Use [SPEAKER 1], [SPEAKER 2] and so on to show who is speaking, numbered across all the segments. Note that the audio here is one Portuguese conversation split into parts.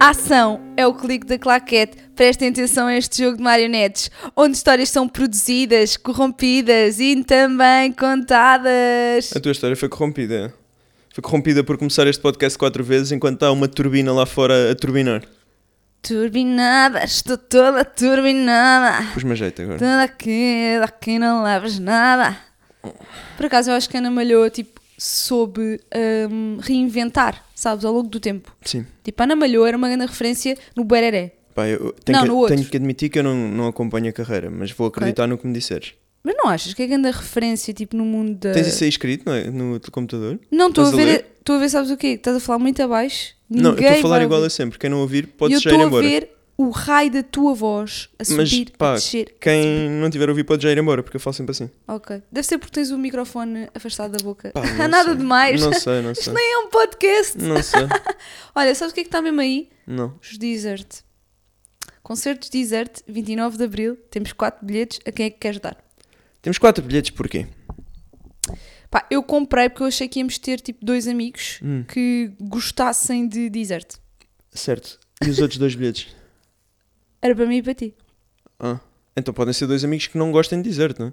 [SPEAKER 1] Ação é o clique da claquete. Prestem atenção a este jogo de marionetes, onde histórias são produzidas, corrompidas e também contadas.
[SPEAKER 2] A tua história foi corrompida. é? Foi corrompida por começar este podcast quatro vezes enquanto há uma turbina lá fora a turbinar.
[SPEAKER 1] Turbinada, estou toda turbinada.
[SPEAKER 2] Pus-me a jeito agora.
[SPEAKER 1] Toda aqui, daqui não levas nada. Por acaso, eu acho que a Ana Malhoa, tipo, soube hum, reinventar, sabes, ao longo do tempo.
[SPEAKER 2] Sim.
[SPEAKER 1] Tipo, a Ana Malhoa era uma grande referência no Bereré.
[SPEAKER 2] Pá, eu tenho,
[SPEAKER 1] Não,
[SPEAKER 2] que,
[SPEAKER 1] no outro.
[SPEAKER 2] tenho que admitir que eu não, não acompanho a carreira, mas vou acreditar no que me disseres.
[SPEAKER 1] Mas não achas que é grande referência, tipo, no mundo da...
[SPEAKER 2] Tens isso aí escrito não é? no teu computador?
[SPEAKER 1] Não, estou a,
[SPEAKER 2] Estás a
[SPEAKER 1] ver,
[SPEAKER 2] ler?
[SPEAKER 1] estou a ver, sabes o quê? Estás a falar muito abaixo.
[SPEAKER 2] não, eu estou a
[SPEAKER 1] Ninguém
[SPEAKER 2] falar
[SPEAKER 1] vai
[SPEAKER 2] igual
[SPEAKER 1] ouvir.
[SPEAKER 2] a sempre. Quem não ouvir,
[SPEAKER 1] E eu
[SPEAKER 2] pode já ir
[SPEAKER 1] estou a
[SPEAKER 2] embora.
[SPEAKER 1] ver o raio da tua voz a
[SPEAKER 2] Mas
[SPEAKER 1] subir,
[SPEAKER 2] pá,
[SPEAKER 1] a descer.
[SPEAKER 2] Quem não tiver a ouvir, pode já ir embora, porque eu falo sempre assim.
[SPEAKER 1] Ok. Deve ser porque tens o microfone afastado da boca.
[SPEAKER 2] Pá, não
[SPEAKER 1] Nada
[SPEAKER 2] sei.
[SPEAKER 1] demais.
[SPEAKER 2] Não sei, não
[SPEAKER 1] Ah, Isto
[SPEAKER 2] sei.
[SPEAKER 1] nem é um podcast.
[SPEAKER 2] Não sei.
[SPEAKER 1] Olha, sabes o que é que está mesmo aí?
[SPEAKER 2] Não.
[SPEAKER 1] Os Desert. Concertos Desert, 29 de Abril. Temos 4 bilhetes. A quem é que queres dar?
[SPEAKER 2] Temos quatro bilhetes, porquê?
[SPEAKER 1] Pá, eu comprei porque eu achei que íamos ter tipo dois amigos
[SPEAKER 2] Hum.
[SPEAKER 1] que gostassem de Desert.
[SPEAKER 2] Certo. E os outros dois bilhetes?
[SPEAKER 1] Era para mim e para ti.
[SPEAKER 2] Ah. Então podem ser dois amigos que não gostem de deserto, não é?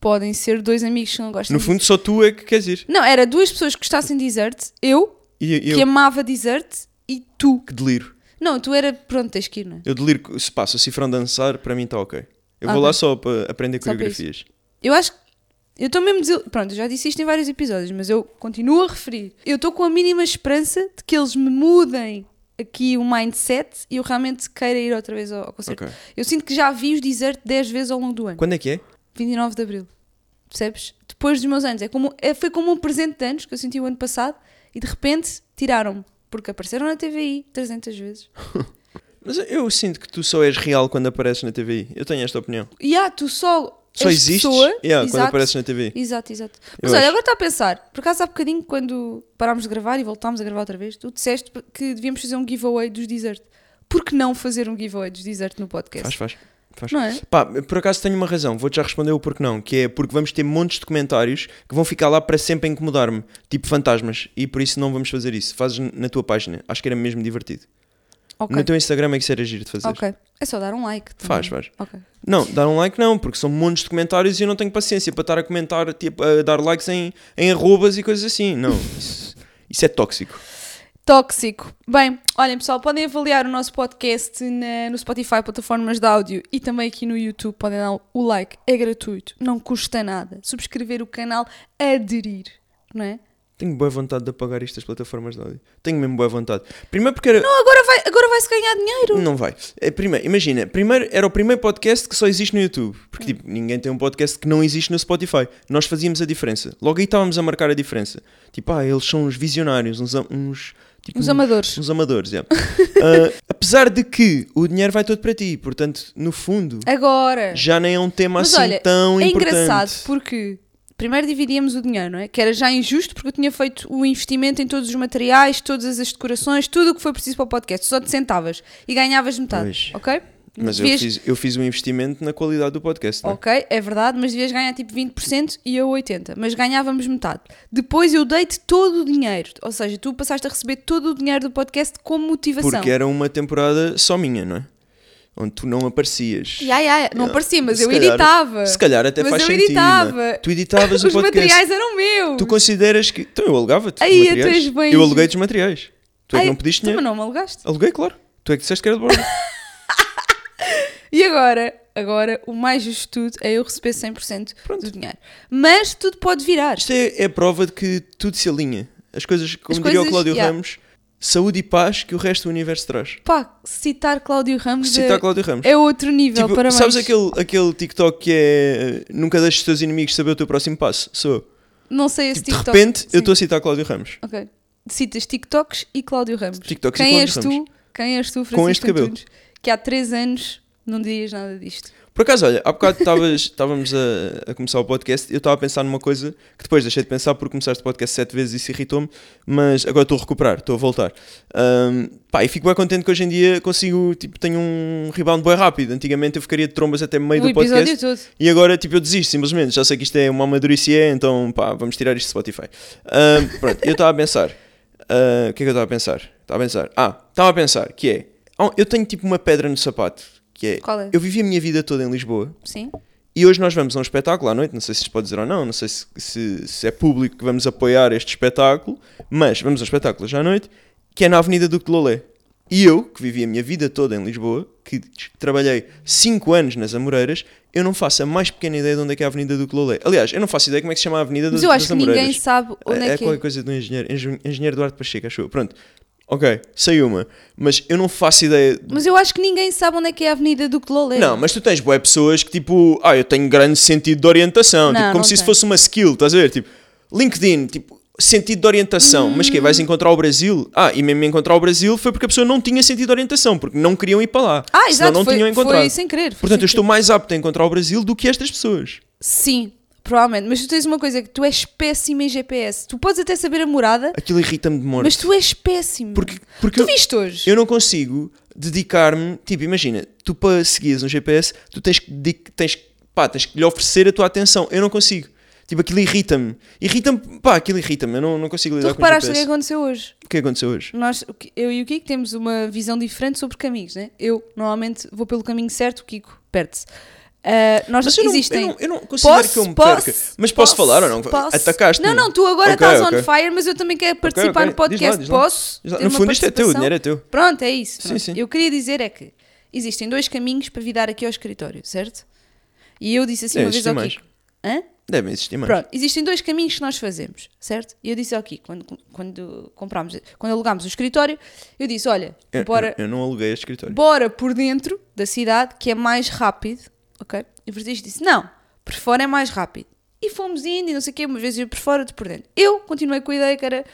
[SPEAKER 1] Podem ser dois amigos que não gostam
[SPEAKER 2] No
[SPEAKER 1] de-
[SPEAKER 2] fundo, só tu é que queres ir.
[SPEAKER 1] Não, era duas pessoas que gostassem de Desert. Eu,
[SPEAKER 2] E eu,
[SPEAKER 1] que é amava Desert, e tu.
[SPEAKER 2] que deliro.
[SPEAKER 1] Não, tu era. Pronto, tens que ir, não é?
[SPEAKER 2] Eu deliro co- se passa o cifrão dançar, para mim está ok. Eu vou
[SPEAKER 1] Ok.
[SPEAKER 2] lá só para aprender
[SPEAKER 1] Só para isso.
[SPEAKER 2] coreografias.
[SPEAKER 1] Eu acho que. Eu estou mesmo desil... Pronto, eu já disse isto em vários episódios, mas eu continuo a referir. Eu estou com a mínima esperança de que eles me mudem aqui o mindset e eu realmente queira ir outra vez ao, ao concerto.
[SPEAKER 2] Ok.
[SPEAKER 1] Eu sinto que já vi os Desert 10 vezes ao longo do ano.
[SPEAKER 2] Quando é que é?
[SPEAKER 1] 29 de Abril. Percebes? Depois dos meus anos. É como, é- foi como um presente de anos que eu senti o ano passado e de repente tiraram-me. Porque apareceram na TVI 300 vezes.
[SPEAKER 2] Mas eu- eu sinto que tu só és real quando apareces na TVI. Eu tenho esta opinião.
[SPEAKER 1] E ah, tu só.
[SPEAKER 2] Só
[SPEAKER 1] és
[SPEAKER 2] existes
[SPEAKER 1] pessoa,
[SPEAKER 2] yeah, quando
[SPEAKER 1] exato,
[SPEAKER 2] apareces na TVI.
[SPEAKER 1] Exato, exato.
[SPEAKER 2] Eu
[SPEAKER 1] Mas olha,
[SPEAKER 2] acho.
[SPEAKER 1] agora está a pensar, por acaso há bocadinho, quando parámos de gravar e voltámos a gravar outra vez, tu disseste que devíamos fazer um giveaway dos desert. Por que não fazer um giveaway dos desert no podcast?
[SPEAKER 2] Faz, faz. faz.
[SPEAKER 1] Não é?
[SPEAKER 2] Pá, por acaso tenho uma razão, vou-te já responder o porquê não, que é porque vamos ter montes de comentários que vão ficar lá para sempre a incomodar-me, tipo fantasmas, e por isso não vamos fazer isso. Fazes na tua página, acho que era mesmo divertido.
[SPEAKER 1] Ok,
[SPEAKER 2] No teu Instagram é que isso era giro de fazer.
[SPEAKER 1] ok. É só dar um like. também.
[SPEAKER 2] Faz, faz.
[SPEAKER 1] Ok.
[SPEAKER 2] Não, dar um like não, porque são montes de comentários e eu não tenho paciência para estar a comentar, tipo, a dar likes em, em arrobas e coisas assim. Não, isso, isso é tóxico.
[SPEAKER 1] Tóxico. Bem, olhem pessoal, podem avaliar o nosso podcast na- no Spotify, plataformas de áudio e também aqui no YouTube. Podem dar o like, é gratuito, não custa nada. Subscrever o canal, aderir, não é?
[SPEAKER 2] Tenho boa vontade de apagar estas plataformas de áudio. Tenho mesmo boa vontade. Primeiro porque era.
[SPEAKER 1] Não, agora vai- agora vai-se ganhar dinheiro.
[SPEAKER 2] Não vai. É, primeiro, imagina, primeiro era o primeiro podcast que só existe no YouTube. Porque, tipo, ninguém tem um podcast que não existe no Spotify. Nós fazíamos a diferença. Logo aí estávamos a marcar a diferença. Tipo, ah, eles são uns visionários, uns. a- uns tipo,
[SPEAKER 1] Os amadores.
[SPEAKER 2] Uns amadores, é. Ah, apesar de que o dinheiro vai todo para ti. Portanto, no fundo,
[SPEAKER 1] Agora.
[SPEAKER 2] já nem é um tema
[SPEAKER 1] Mas
[SPEAKER 2] assim
[SPEAKER 1] olha,
[SPEAKER 2] tão
[SPEAKER 1] é
[SPEAKER 2] importante.
[SPEAKER 1] engraçado porque primeiro dividíamos o dinheiro, não é? Que era já injusto porque eu tinha feito o investimento em todos os materiais, todas as decorações, tudo o que foi preciso para o podcast. Só te sentavas e ganhavas metade,
[SPEAKER 2] Pois.
[SPEAKER 1] ok?
[SPEAKER 2] Mas eu
[SPEAKER 1] Devias-
[SPEAKER 2] fiz, eu fiz um investimento na qualidade do podcast, não é?
[SPEAKER 1] Ok, é verdade, mas devias ganhar tipo 20% e eu 80%, mas ganhávamos metade. Depois eu dei-te todo o dinheiro, ou seja, tu passaste a receber todo o dinheiro do podcast como motivação.
[SPEAKER 2] Porque era uma temporada só minha, não é? Onde tu não aparecias.
[SPEAKER 1] Ya, ya, ya, Não parecia, mas
[SPEAKER 2] Se
[SPEAKER 1] eu
[SPEAKER 2] calhar-
[SPEAKER 1] editava.
[SPEAKER 2] Se calhar até
[SPEAKER 1] Mas
[SPEAKER 2] faz
[SPEAKER 1] eu
[SPEAKER 2] sentido.
[SPEAKER 1] editava.
[SPEAKER 2] não é? Tu editavas o
[SPEAKER 1] Os
[SPEAKER 2] podcast.
[SPEAKER 1] materiais eram meus.
[SPEAKER 2] Tu consideras que. Então eu alugava-te. os
[SPEAKER 1] Ai,
[SPEAKER 2] materiais.
[SPEAKER 1] tu és bem
[SPEAKER 2] Eu aluguei-te os materiais. Tu é que
[SPEAKER 1] Ai,
[SPEAKER 2] não pediste
[SPEAKER 1] tu
[SPEAKER 2] dinheiro.
[SPEAKER 1] não me alugaste.
[SPEAKER 2] Aluguei, claro. Tu é que disseste que era de bordo.
[SPEAKER 1] E agora, agora, o mais justo de tudo é eu receber 100% do dinheiro. Mas tudo pode virar.
[SPEAKER 2] Isto é, é a prova de que tudo se alinha. As coisas, como
[SPEAKER 1] As
[SPEAKER 2] diria
[SPEAKER 1] coisas,
[SPEAKER 2] o Cláudio
[SPEAKER 1] yeah.
[SPEAKER 2] Ramos, saúde e paz que o resto do universo traz.
[SPEAKER 1] Pá, citar Cláudio Ramos é-
[SPEAKER 2] Citar Cláudio Ramos.
[SPEAKER 1] é outro nível,
[SPEAKER 2] Tipo,
[SPEAKER 1] para parabéns.
[SPEAKER 2] sabes aquele, aquele TikTok que é eh, nunca deixes os teus inimigos saber o teu próximo passo? Sou eu.
[SPEAKER 1] Não sei esse
[SPEAKER 2] Tipo, de
[SPEAKER 1] TikTok.
[SPEAKER 2] repente eu
[SPEAKER 1] Sim.
[SPEAKER 2] estou a citar Cláudio Ramos.
[SPEAKER 1] Ok. Citas TikToks e Cláudio Ramos.
[SPEAKER 2] TikToks e
[SPEAKER 1] Quem és
[SPEAKER 2] Cláudio Ramos.
[SPEAKER 1] tu? Quem és tu, Francisco
[SPEAKER 2] este cabelo.
[SPEAKER 1] Antunes, que há 3 anos não dirias nada disto.
[SPEAKER 2] Por acaso, olha, há bocado estavas- estávamos a, a começar o podcast eu estava a pensar numa coisa que depois deixei de pensar porque começaste o podcast sete vezes e isso irritou-me, mas agora estou a recuperar, estou a voltar. Ahm, pá, e fico bem contente que hoje em dia consigo, tipo, tenho um rebound bem rápido. Antigamente eu ficaria de trombas até meio
[SPEAKER 1] o
[SPEAKER 2] do podcast.
[SPEAKER 1] Um episódio todo.
[SPEAKER 2] E agora, tipo, eu desisto simplesmente. é, Já sei que isto é uma amadurice, então pá, vamos tirar isto do Spotify. Ahm, pronto, eu estava a pensar. Ah, o que é que eu estava a pensar? Estava a pensar. Ah, estava a pensar que é. há um- Eu tenho tipo uma pedra no sapato. Que é.
[SPEAKER 1] Qual é?
[SPEAKER 2] Eu vivi a minha vida toda em Lisboa
[SPEAKER 1] Sim.
[SPEAKER 2] e hoje nós vamos a um espetáculo à noite. Não sei se se pode dizer ou não, não sei se, se- se é público que vamos apoiar este espetáculo, mas vamos a um espetáculo hoje à noite que é na Avenida do Lolé. E eu, que vivi a minha vida toda em Lisboa, que t- trabalhei 5 anos nas Amoreiras, eu não faço a mais pequena ideia de onde é que é a Avenida do Lolé. Aliás, eu não faço ideia como é que se chama a Avenida do
[SPEAKER 1] Mas
[SPEAKER 2] das
[SPEAKER 1] eu acho que
[SPEAKER 2] Amoreiras
[SPEAKER 1] ninguém sabe onde é, que
[SPEAKER 2] qualquer
[SPEAKER 1] é.
[SPEAKER 2] coisa do engenheiro, engen- engenheiro Duarte Pacheco, acho eu. Pronto, ok, sei uma, mas eu não faço ideia.
[SPEAKER 1] é. Mas eu acho que ninguém sabe onde é que é a Avenida do Clolé.
[SPEAKER 2] Não, mas tu tens boé pessoas que tipo, ah, eu tenho grande sentido de orientação,
[SPEAKER 1] Não,
[SPEAKER 2] tipo, como
[SPEAKER 1] não
[SPEAKER 2] se isso
[SPEAKER 1] tem.
[SPEAKER 2] fosse uma skill, estás a ver? Tipo, LinkedIn, tipo, sentido de orientação, mas que
[SPEAKER 1] Hum.
[SPEAKER 2] vais encontrar o Brasil? Ah, e mesmo encontrar o Brasil foi porque a pessoa não tinha sentido de orientação, porque não queriam ir para lá.
[SPEAKER 1] Ah, exato,
[SPEAKER 2] senão não
[SPEAKER 1] foi,
[SPEAKER 2] tinham encontrado.
[SPEAKER 1] foi sem querer. foi
[SPEAKER 2] Portanto, eu
[SPEAKER 1] sem
[SPEAKER 2] estou mais apto a encontrar o Brasil do que estas pessoas.
[SPEAKER 1] querer. Sim, provavelmente. Mas tu tens uma coisa é que tu és péssimo em GPS. Tu podes até saber a morada,
[SPEAKER 2] Aquilo irrita-me de morte.
[SPEAKER 1] mas tu és péssimo.
[SPEAKER 2] Porque, porque
[SPEAKER 1] Tu
[SPEAKER 2] eu-
[SPEAKER 1] viste hoje?
[SPEAKER 2] Eu não consigo dedicar-me. Tipo, imagina, tu para seguires um GPS, tu tens que, dedic- tens, que- pá, tens que lhe oferecer a tua atenção. Eu não consigo. Tipo, aquilo irrita-me. Irrita-me, pá, aquilo irrita-me. Eu não, não consigo
[SPEAKER 1] Tu
[SPEAKER 2] lidar com o
[SPEAKER 1] reparaste o que
[SPEAKER 2] GPS.
[SPEAKER 1] aconteceu hoje?
[SPEAKER 2] O que aconteceu hoje?
[SPEAKER 1] Nós, o Ki- eu e o Kiko temos uma visão diferente sobre caminhos, né? Eu normalmente vou pelo caminho certo, o Kiko perde-se. Ah, nós
[SPEAKER 2] Mas eu não,
[SPEAKER 1] existem.
[SPEAKER 2] eu não, eu não considero que eu me um perca. Mas posso, falar ou não?
[SPEAKER 1] Posso.
[SPEAKER 2] Atacaste-me.
[SPEAKER 1] Não, não, tu agora
[SPEAKER 2] Ok,
[SPEAKER 1] estás
[SPEAKER 2] ok.
[SPEAKER 1] on fire, mas eu também quero participar
[SPEAKER 2] ok.
[SPEAKER 1] no podcast.
[SPEAKER 2] Diz lá, diz lá.
[SPEAKER 1] Posso?
[SPEAKER 2] Diz lá.
[SPEAKER 1] ter
[SPEAKER 2] No
[SPEAKER 1] uma
[SPEAKER 2] fundo isto é teu, o
[SPEAKER 1] participação?
[SPEAKER 2] dinheiro é teu.
[SPEAKER 1] Pronto, é isso.
[SPEAKER 2] Sim,
[SPEAKER 1] pronto.
[SPEAKER 2] sim.
[SPEAKER 1] Eu queria dizer é que existem dois caminhos para vir dar aqui ao escritório, certo? E eu disse assim
[SPEAKER 2] Deve
[SPEAKER 1] uma vez
[SPEAKER 2] existir
[SPEAKER 1] ao
[SPEAKER 2] É, mais.
[SPEAKER 1] Kiko. Hã?
[SPEAKER 2] Devem existir mais.
[SPEAKER 1] Pronto, existem dois caminhos que nós fazemos, certo? E eu disse aqui, quando, quando comprámos, quando alugámos o escritório, eu disse: olha,
[SPEAKER 2] Eu, eu-
[SPEAKER 1] bora,
[SPEAKER 2] eu não aluguei este escritório.
[SPEAKER 1] bora por dentro da cidade, que é mais rápido, ok? E o Francisco disse: não, por fora é mais rápido. E fomos indo e não sei o quê, umas vezes eu por fora, outro por dentro. Eu continuei com a ideia que era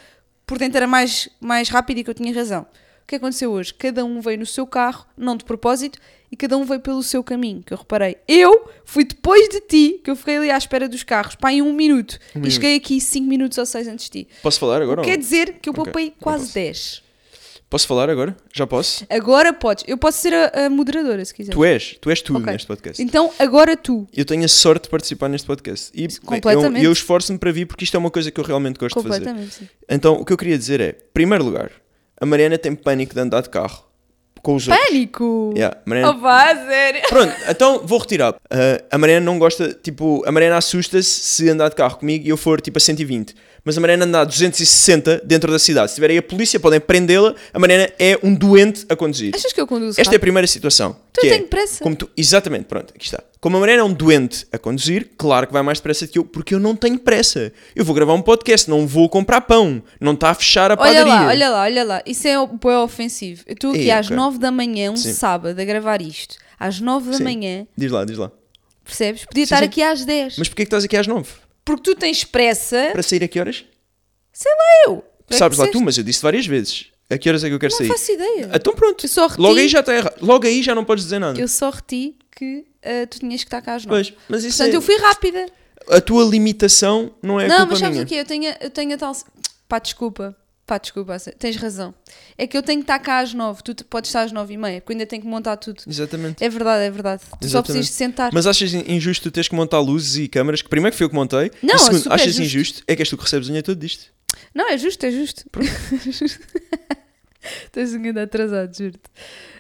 [SPEAKER 1] por dentro era mais, mais rápido e que eu tinha razão. O que aconteceu hoje? Cada um veio no seu carro, não de propósito, e cada um veio pelo seu caminho, que eu reparei. Eu fui depois de ti, que eu fiquei ali à espera dos carros, pá, em um minuto. e cheguei aqui 5 minutos ou 6 antes de ti.
[SPEAKER 2] Posso falar agora? ou
[SPEAKER 1] Quer
[SPEAKER 2] não?
[SPEAKER 1] dizer que é eu
[SPEAKER 2] Ok,
[SPEAKER 1] poupei
[SPEAKER 2] não
[SPEAKER 1] quase
[SPEAKER 2] posso.
[SPEAKER 1] 10.
[SPEAKER 2] Posso falar agora? Já posso?
[SPEAKER 1] Agora podes. Eu posso ser a, a moderadora, se quiser.
[SPEAKER 2] Tu és, tu és tudo
[SPEAKER 1] Ok.
[SPEAKER 2] neste podcast.
[SPEAKER 1] Então, agora tu.
[SPEAKER 2] eu tenho a sorte de participar neste podcast. E bem,
[SPEAKER 1] Completamente.
[SPEAKER 2] eu, eu esforço-me para vir porque isto é uma coisa que eu realmente gosto de fazer.
[SPEAKER 1] Completamente. sim.
[SPEAKER 2] Então, o que eu queria dizer é, em primeiro lugar, a Mariana tem pânico de andar de carro com os outros.
[SPEAKER 1] Pânico!
[SPEAKER 2] Yeah, Mariana...
[SPEAKER 1] Oh, vá, a sério.
[SPEAKER 2] Pronto, então vou retirar. Ah, a Mariana não gosta, tipo, a Mariana assusta-se se andar de carro comigo e eu for tipo a 120. Mas a Mariana anda a 260 dentro da cidade. Se tiver aí a polícia, podem prendê-la. A Mariana é um doente a conduzir.
[SPEAKER 1] Achas que eu conduzo?
[SPEAKER 2] Esta é a
[SPEAKER 1] rápido?
[SPEAKER 2] primeira situação.
[SPEAKER 1] Tu
[SPEAKER 2] que
[SPEAKER 1] não
[SPEAKER 2] é,
[SPEAKER 1] tens pressa.
[SPEAKER 2] Como tu, exatamente, pronto, aqui está. Como a Mariana é um doente a conduzir, claro que vai mais depressa que eu, porque eu não tenho pressa. Eu vou gravar um podcast, não vou comprar pão, não está a fechar a
[SPEAKER 1] Olha
[SPEAKER 2] padaria.
[SPEAKER 1] lá, olha lá, olha lá. Isso é bem ofensivo. Eu estou aqui
[SPEAKER 2] Ei,
[SPEAKER 1] às
[SPEAKER 2] ok.
[SPEAKER 1] 9 da manhã, um
[SPEAKER 2] Sim.
[SPEAKER 1] sábado, a gravar isto. Às 9 da
[SPEAKER 2] Sim.
[SPEAKER 1] manhã,
[SPEAKER 2] Diz lá, diz lá.
[SPEAKER 1] percebes? Podia estar
[SPEAKER 2] sim.
[SPEAKER 1] aqui às 10.
[SPEAKER 2] Mas porquê é que estás aqui às nove?
[SPEAKER 1] Porque tu tens pressa.
[SPEAKER 2] Para sair a que horas?
[SPEAKER 1] Sei lá eu. Tu é que
[SPEAKER 2] Sabes lá tu,
[SPEAKER 1] disseste?
[SPEAKER 2] mas eu disse várias vezes. A que horas é que eu quero
[SPEAKER 1] Não
[SPEAKER 2] sair?
[SPEAKER 1] faço ideia.
[SPEAKER 2] Então pronto.
[SPEAKER 1] Eu só retiro.
[SPEAKER 2] Logo aí já está errado. Logo aí já não podes dizer nada.
[SPEAKER 1] Eu só reti que ah, tu tinhas que estar cá às 9.
[SPEAKER 2] Pois, mas isso
[SPEAKER 1] Portanto,
[SPEAKER 2] é-
[SPEAKER 1] eu fui rápida.
[SPEAKER 2] A tua limitação não é
[SPEAKER 1] não,
[SPEAKER 2] culpa
[SPEAKER 1] mas sabes
[SPEAKER 2] minha.
[SPEAKER 1] o que Eu tenho, eu tenho a tal. Pá, desculpa. Pá, desculpa, a sé- tens razão. É que eu tenho que estar cá às 9. Tu te- podes estar às 9 e meia, porque eu ainda tenho que montar tudo.
[SPEAKER 2] Exatamente.
[SPEAKER 1] É verdade, é verdade. Tu só
[SPEAKER 2] Exatamente.
[SPEAKER 1] precisas de sentar.
[SPEAKER 2] Mas achas in- injusto tu teres que montar luzes e câmaras? Que primeiro que foi eu que montei.
[SPEAKER 1] Não, é
[SPEAKER 2] e segundo,
[SPEAKER 1] super
[SPEAKER 2] achas
[SPEAKER 1] justo.
[SPEAKER 2] injusto? É que és tu que recebes o dinheiro todo disto.
[SPEAKER 1] Não, é justo, é justo. É justo. Estás um grande atrasado, juro-te.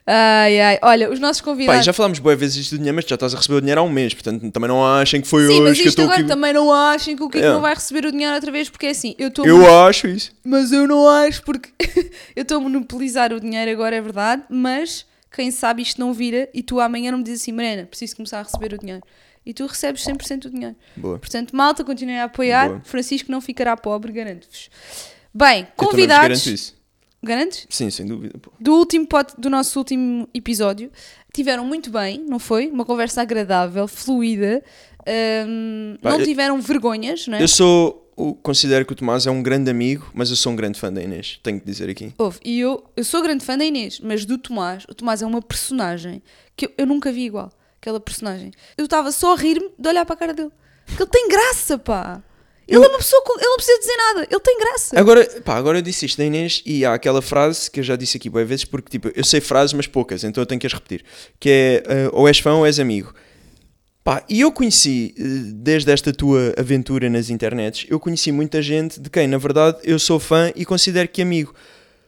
[SPEAKER 1] Ai, ai. Olha, os nossos
[SPEAKER 2] Pá, e
[SPEAKER 1] convidados.
[SPEAKER 2] já falámos boas vezes isto do dinheiro, mas já estás a receber o dinheiro há um mês. Portanto, também não achem que foi
[SPEAKER 1] Sim, mas
[SPEAKER 2] hoje
[SPEAKER 1] isto
[SPEAKER 2] que eu estou
[SPEAKER 1] agora
[SPEAKER 2] aqui.
[SPEAKER 1] também não achem que o Kiko
[SPEAKER 2] É.
[SPEAKER 1] não vai receber o dinheiro outra vez, porque é assim, eu estou
[SPEAKER 2] Eu acho isso.
[SPEAKER 1] mas eu não acho, porque eu estou a monopolizar o dinheiro agora, é verdade, mas quem sabe isto não vira e tu amanhã não me dizes assim, Mariana, preciso começar a receber o dinheiro. E tu recebes 100% do dinheiro.
[SPEAKER 2] Boa.
[SPEAKER 1] Portanto, malta, continuem a apoiar.
[SPEAKER 2] Boa.
[SPEAKER 1] Francisco não ficará pobre, garanto-vos. Bem,
[SPEAKER 2] Eu também vos
[SPEAKER 1] convidados.
[SPEAKER 2] garanto isso.
[SPEAKER 1] Garantes?
[SPEAKER 2] Sim, sem dúvida. pô.
[SPEAKER 1] Do, último pot- do nosso último episódio. Tiveram muito bem, não foi? Uma conversa agradável, fluida. hum,
[SPEAKER 2] Pá,
[SPEAKER 1] não
[SPEAKER 2] eu-
[SPEAKER 1] tiveram vergonhas, não é?
[SPEAKER 2] Eu sou. o- Considero que o Tomás é um grande amigo, mas eu sou um grande fã da Inês. Tenho que dizer aqui.
[SPEAKER 1] Ouve, e eu, eu sou grande fã da Inês, mas do Tomás, o Tomás é uma personagem que eu, eu nunca vi igual, aquela personagem. Eu estava só a rir-me de olhar para a cara dele. Porque ele tem graça, pá. Ele é uma pessoa com, ele não precisa dizer nada, ele tem graça.
[SPEAKER 2] Agora, pá, agora eu disse isto da Inês e há aquela frase que eu já disse aqui boas vezes, porque tipo, eu sei frases, mas poucas, então eu tenho que as repetir. Que é eh, ou és fã ou és amigo. Pá, e eu conheci, eh, desde esta tua aventura nas internets, eu conheci muita gente de quem, na verdade, eu sou fã e considero que amigo.